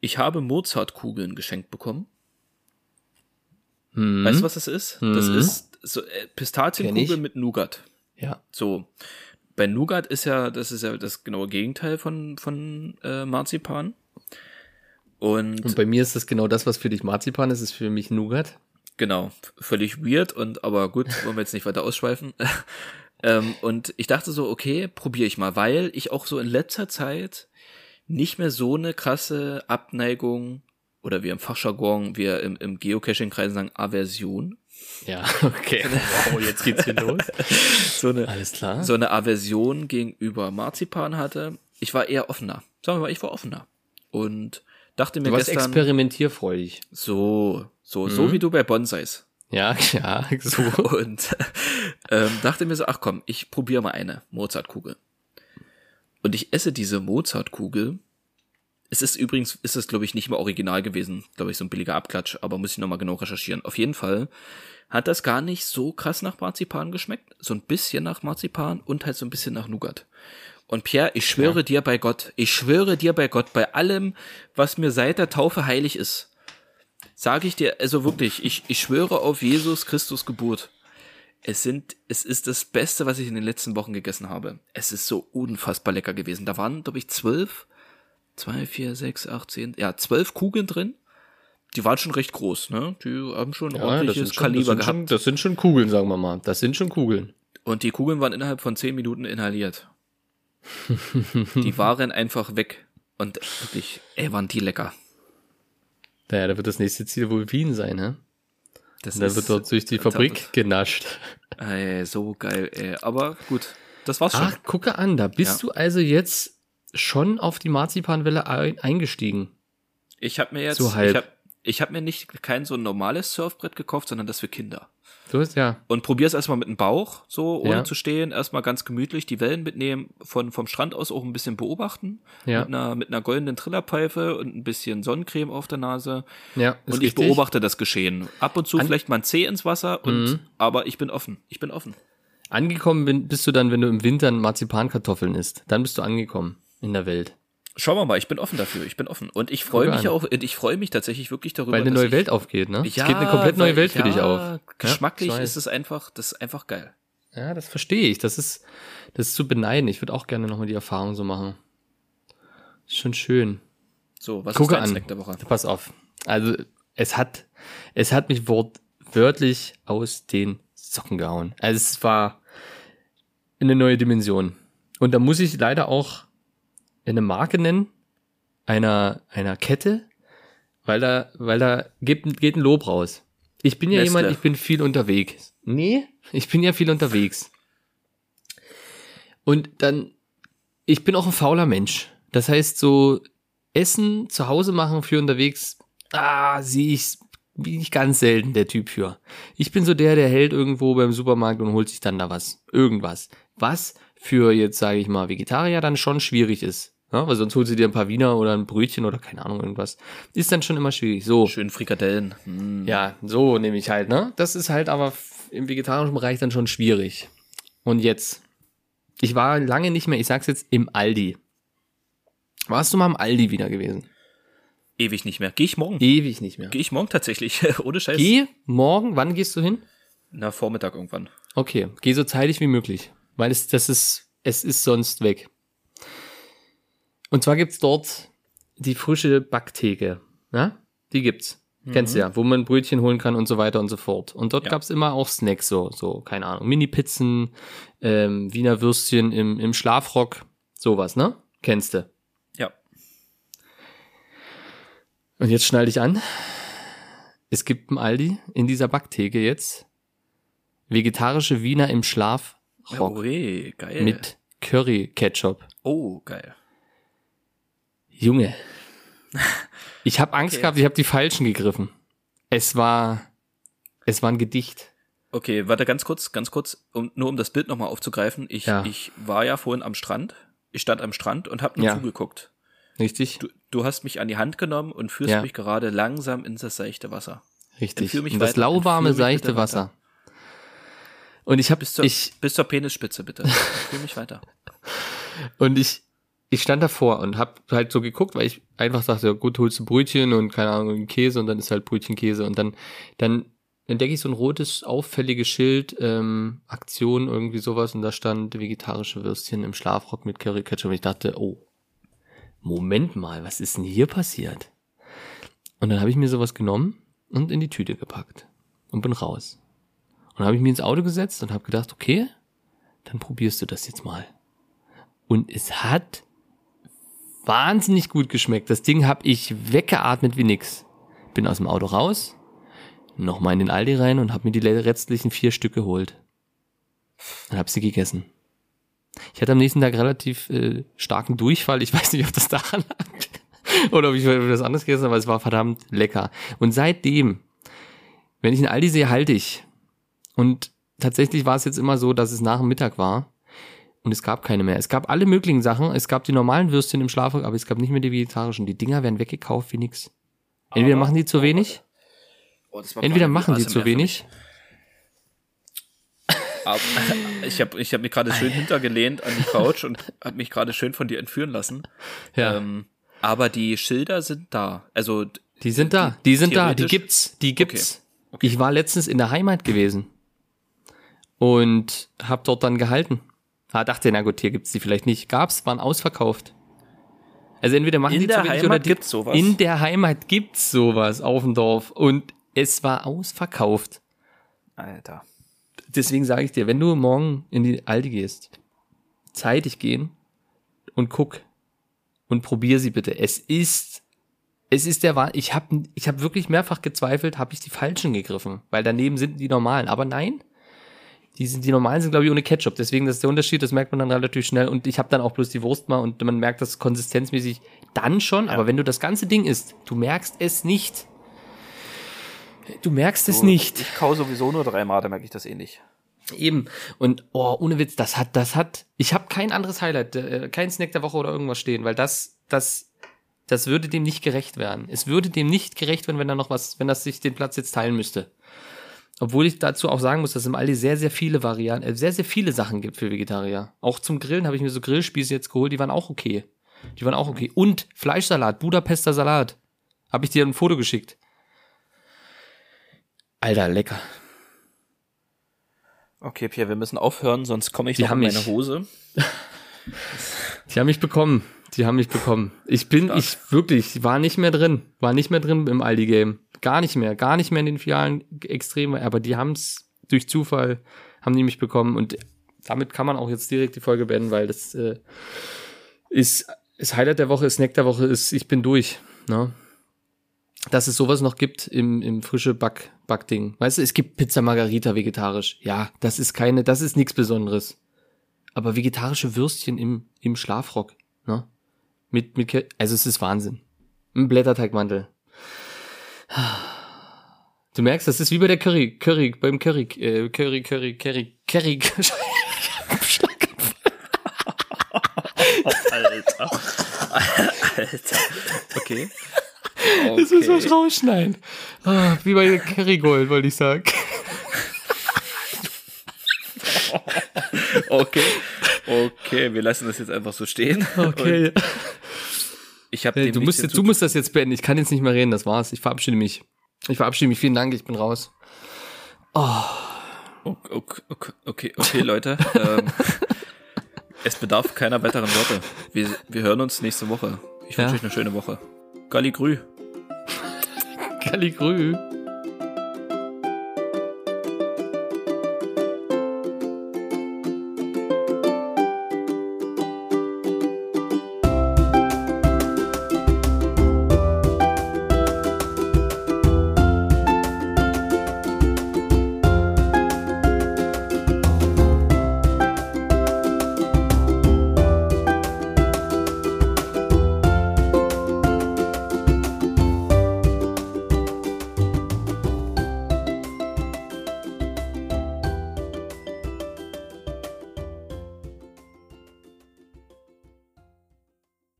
A: ich habe Mozartkugeln geschenkt bekommen.
D: Hm.
A: Weißt du, was das ist? Das
D: Mhm.
A: ist so, äh,
D: Kenn
A: Pistazienkugel
D: ich.
A: mit Nougat.
D: Ja.
A: So. Bei Nougat ist ja, das ist ja das genaue Gegenteil von, von äh, Marzipan. Und,
D: Und bei mir ist das genau das, was für dich Marzipan ist, ist für mich Nougat.
A: genau, völlig weird und aber
D: (laughs)
A: gut, wollen wir jetzt nicht weiter ausschweifen. (laughs) ähm, und ich dachte so, okay, probiere ich mal, weil ich auch so in letzter Zeit nicht mehr so eine krasse Abneigung oder wir im Fachjargon, wir im, im Geocaching-Kreisen sagen Aversion.
D: Ja, (laughs) okay. Wow, jetzt geht's hier los.
A: So eine
D: Alles klar.
A: so eine Aversion gegenüber Marzipan hatte. Ich war eher offener. Sagen wir mal, ich war offener. Und dachte mir
D: du warst Mhm.
A: gestern,
D: experimentierfreudig.
A: so, so, so wie du bei Bonsais.
D: Ja, (laughs) ja, so.
A: (laughs) Und ähm, dachte mir so, ach komm, ich probiere mal eine Mozartkugel. Und ich esse diese Mozartkugel. Es ist übrigens, ist es glaube ich nicht mal original gewesen, glaube ich, so ein billiger Abklatsch, aber muss ich nochmal genau recherchieren. Auf jeden Fall hat das gar nicht so krass nach Marzipan geschmeckt, so ein bisschen nach Marzipan und halt so ein bisschen nach Nougat. Und Pierre, ich schwöre dir bei Gott, ich schwöre dir bei Gott, bei allem, was mir seit der Taufe heilig ist, sage ich dir, also wirklich, ich, ich schwöre auf Jesus Christus Geburt. Es sind, es ist das Beste, was ich in den letzten Wochen gegessen habe. Es ist so unfassbar lecker gewesen. Da waren, glaube ich, zwölf, zwei, vier, sechs, acht, zehn, ja, zwölf Kugeln drin. Die waren schon recht groß, ne? Die haben schon ordentliches Kaliber
D: das sind
A: gehabt.
D: Schon, das sind schon Kugeln, sagen wir mal. Das sind schon Kugeln.
A: Und die Kugeln waren innerhalb von zehn Minuten
D: (laughs)
A: inhaliert. die waren einfach weg. Und wirklich, ey, waren die lecker.
D: Naja, da wird das nächste Ziel wohl Wien sein, ne?
A: Das
D: Da wird dort durch die Fabrik genascht.
A: Ey, so geil, ey. Aber gut, das war's schon.
D: Ach, gucke an, da bist
A: Ja.
D: du also jetzt schon auf die Marzipanwelle ein, eingestiegen.
A: Ich habe mir jetzt,
D: So halb.
A: ich habe ich hab mir nicht kein so ein normales Surfbrett gekauft, sondern das für Kinder.
D: Du hast ja.
A: Und probier's erstmal mit dem Bauch, so ohne
D: Ja.
A: zu stehen, erstmal ganz gemütlich die Wellen mitnehmen, von vom Strand aus auch ein bisschen beobachten,
D: Ja.
A: mit einer mit einer goldenen Trillerpfeife und ein bisschen Sonnencreme auf der Nase.
D: Ja,
A: Und
D: ist
A: ich
D: richtig.
A: beobachte das Geschehen. Ab und zu
D: An-
A: vielleicht mal ein Zeh ins Wasser und
D: Mhm.
A: aber ich bin offen. Ich bin offen.
D: Angekommen bin, bist du dann, wenn du im Winter Marzipankartoffeln isst. Dann bist du angekommen in der Welt.
A: Schauen wir mal, ich bin offen dafür. Ich bin offen und ich freue
D: Guck
A: mich
D: an.
A: auch und ich freue mich tatsächlich wirklich darüber,
D: Weil eine
A: dass
D: neue
A: ich,
D: Welt aufgeht, ne?
A: Ja,
D: es geht eine komplett neue
A: weil-
D: Welt für
A: ja,
D: dich auf.
A: Geschmacklich
D: ich weiß.
A: ist es einfach, das ist einfach geil.
D: Ja, das verstehe ich. Das ist, das ist zu beneiden. Ich würde auch gerne nochmal die Erfahrung so machen. Ist schon schön.
A: So, was
D: Gucke
A: ist dein
D: an.
A: Snack der Woche?
D: Pass auf. Also, es hat, es hat mich wortwörtlich aus den Socken gehauen. Also, es war eine neue Dimension. Und da muss ich leider auch eine Marke nennen, einer, einer Kette, weil da, weil da geht, geht ein Lob raus. Ich bin ja
A: Nestle.
D: jemand, ich bin viel unterwegs. Nee, ich bin ja viel unterwegs. Und dann, ich bin auch ein fauler Mensch. Das heißt, so Essen zu Hause machen für unterwegs, ah, sehe ich, bin ich ganz selten der Typ für. Ich bin so der, der hält irgendwo beim Supermarkt und holt sich dann da was. Irgendwas. Was für jetzt, sage ich mal, Vegetarier dann schon schwierig ist. Ja, weil sonst holst du dir ein paar Wiener oder ein Brötchen oder keine Ahnung, irgendwas. Ist dann schon immer schwierig. So.
A: Schön Frikadellen. Mm.
D: Ja, so nehme ich halt, ne? Das ist halt aber f- im vegetarischen Bereich dann schon schwierig. Und jetzt? Ich war lange nicht mehr, ich sag's jetzt, im Aldi. Warst du mal im Aldi wieder gewesen?
A: Ewig nicht mehr. Gehe ich morgen.
D: Ewig nicht mehr.
A: Gehe ich morgen tatsächlich. (laughs) Ohne Scheiß.
D: Geh morgen, wann gehst du hin?
A: Na, Vormittag irgendwann.
D: Okay, geh so zeitig wie möglich, weil es, das ist, es ist sonst weg. Und zwar gibt's dort die frische Backtheke. Ne? Die gibt's. Kennst du ja, wo man Brötchen holen kann und so weiter und so fort. Und dort
A: Ja.
D: gab's immer auch Snacks, so, so, keine Ahnung, Mini-Pizzen, ähm, Wiener Würstchen im, im Schlafrock, sowas, ne? Kennst du.
A: Ja.
D: Und jetzt schneide ich an. Es gibt im Aldi in dieser Backtheke jetzt vegetarische Wiener im Schlafrock
A: Ui, Oh, geil.
D: mit Curry Ketchup.
A: Oh, geil. (laughs)
D: Junge. Ich habe Angst
A: Okay.
D: gehabt, ich habe die falschen gegriffen. Es war es war ein Gedicht.
A: Okay, warte ganz kurz, ganz kurz, um, nur um das Bild nochmal aufzugreifen. Ich,
D: Ja.
A: ich war ja vorhin am Strand. Ich stand am Strand und habe nur
D: Ja.
A: zugeguckt.
D: Richtig?
A: Du, du hast mich an die Hand genommen und führst
D: Ja.
A: mich gerade langsam ins das seichte Wasser.
D: Richtig.
A: Entführ mich
D: Und das
A: weiter,
D: lauwarme,
A: entführ mich bitte
D: seichte Wasser. Und ich habe
A: Bis zur,
D: ich
A: bis zur Penisspitze,
D: (laughs)
A: bitte. Fühl mich weiter.
D: und ich ich stand davor und habe halt so geguckt, weil ich einfach sagte, ja, gut, holst du Brötchen und keine Ahnung, einen Käse und dann ist halt Brötchen Käse und dann dann entdecke ich so ein rotes auffälliges Schild ähm, Aktion irgendwie sowas und da stand vegetarische Würstchen im Schlafrock mit Curry Ketchup und ich dachte, oh Moment mal, was ist denn hier passiert? Und dann habe ich mir sowas genommen und in die Tüte gepackt und bin raus. Und dann habe ich mich ins Auto gesetzt und habe gedacht, okay, dann probierst du das jetzt mal. Und es hat wahnsinnig gut geschmeckt. Das Ding habe ich weggeatmet wie nix. Bin aus dem Auto raus, nochmal in den Aldi rein und habe mir die le- restlichen vier Stück geholt. Und habe sie gegessen. Ich hatte am nächsten Tag relativ äh, starken Durchfall. Ich (laughs) weiß nicht, ob das daran lag oder ob ich was anderes gegessen habe, aber es war verdammt lecker. Und seitdem, wenn ich einen Aldi sehe, halte ich. Und tatsächlich war es jetzt immer so, dass es nach dem Mittag war und es gab keine mehr. Es gab alle möglichen Sachen. Es gab die normalen Würstchen im Schlafrock, aber es gab nicht mehr die vegetarischen. Die Dinger werden weggekauft wie nix. Entweder machen die zu wenig,
A: Oh, das war
D: entweder
A: gerade
D: machen die
A: ASMR
D: zu
A: für mich.
D: wenig.
A: Aber (laughs) Ich habe ich hab mich gerade schön hintergelehnt an die Couch und habe mich gerade schön von dir entführen lassen.
D: Ja.
A: Ähm, aber die Schilder sind da. Also d-
D: Die sind da, die sind da, die
A: theoretisch-
D: gibt's, die gibt's. Ich war letztens in der Heimat gewesen und habe dort dann gehalten. Ah, dachte, na gut, hier gibt's die vielleicht nicht. Gab's, waren ausverkauft. Also entweder machen
A: In
D: die
A: der
D: zu wenig
A: Heimat
D: oder die,
A: gibt's sowas?
D: In der Heimat gibt's sowas auf dem Dorf und es war ausverkauft.
A: Alter.
D: Deswegen sage ich dir, wenn du morgen in die Aldi gehst, zeitig gehen und guck und probier sie bitte. Es ist, es ist der Wahn. Ich habe ich hab wirklich mehrfach gezweifelt, habe ich die falschen gegriffen, weil daneben sind die normalen. Aber nein, die, sind, die normalen sind, glaube ich, ohne Ketchup. Deswegen, das ist der Unterschied, das merkt man dann relativ schnell. Und ich habe dann auch bloß die Wurst mal und man merkt das konsistenzmäßig dann schon. Aber wenn du das ganze Ding isst, du merkst es nicht. Du merkst es nicht.
A: Ich kau sowieso nur dreimal, da merke ich das eh nicht.
D: Eben. Und oh, ohne Witz, das hat, das hat. Ich habe kein anderes Highlight, äh, kein Snack der Woche oder irgendwas stehen, weil das, das, das würde dem nicht gerecht werden. Es würde dem nicht gerecht werden, wenn da noch was, wenn das sich den Platz jetzt teilen müsste. Obwohl ich dazu auch sagen muss, dass es im Aldi sehr, sehr viele Varianten, äh, sehr, sehr viele Sachen gibt für Vegetarier. Auch zum Grillen habe ich mir so Grillspieße jetzt geholt, die waren auch okay. Die waren auch okay. Und Fleischsalat, Budapester Salat. Habe ich dir ein Foto geschickt. Alter, lecker.
A: Okay, Pierre, wir müssen aufhören, sonst komme ich
D: Die
A: noch in
D: haben
A: meine
D: mich.
A: Hose.
D: Die haben mich bekommen. Die haben mich bekommen. Ich bin, ich wirklich, war nicht mehr drin. War nicht mehr drin im Aldi-Game. Gar nicht mehr. Gar nicht mehr in den Filialen extrem. Aber die haben es durch Zufall, haben die mich bekommen. Und damit kann man auch jetzt direkt die Folge beenden, weil das äh, ist, ist Highlight der Woche, ist Snack der Woche, ist ich bin durch. Ne? Dass es sowas noch gibt im, im frische Back, Backding. Weißt du, es gibt Pizza Margarita vegetarisch. Ja, das ist keine, das ist nichts Besonderes. Aber vegetarische Würstchen im, im Schlafrock, ne? Mit, mit, Ke- also es ist Wahnsinn. Ein Blätterteigmantel. Du merkst, das ist wie bei der Curry, Curry, beim Curry, äh, Curry, Curry, Curry, Curry. (laughs)
A: Alter. Alter. Okay. okay.
D: Das müssen wir rausschneiden. Ah, wie bei Kerrygold, wollte ich sagen.
A: Okay. Okay, wir lassen das jetzt einfach so stehen. Und Ich habe
D: Äh, Du musst, jetzt, du musst das jetzt beenden. Ich kann jetzt nicht mehr reden. Das war's. Ich verabschiede mich. Ich verabschiede mich. Vielen Dank. Ich bin raus.
A: Oh, Okay, okay, okay, okay Leute. ähm, es bedarf keiner weiteren Worte. Wir, wir hören uns nächste Woche. Ich
D: Ja.
A: wünsche euch eine schöne Woche. Galli Grü.
D: Kalligrü.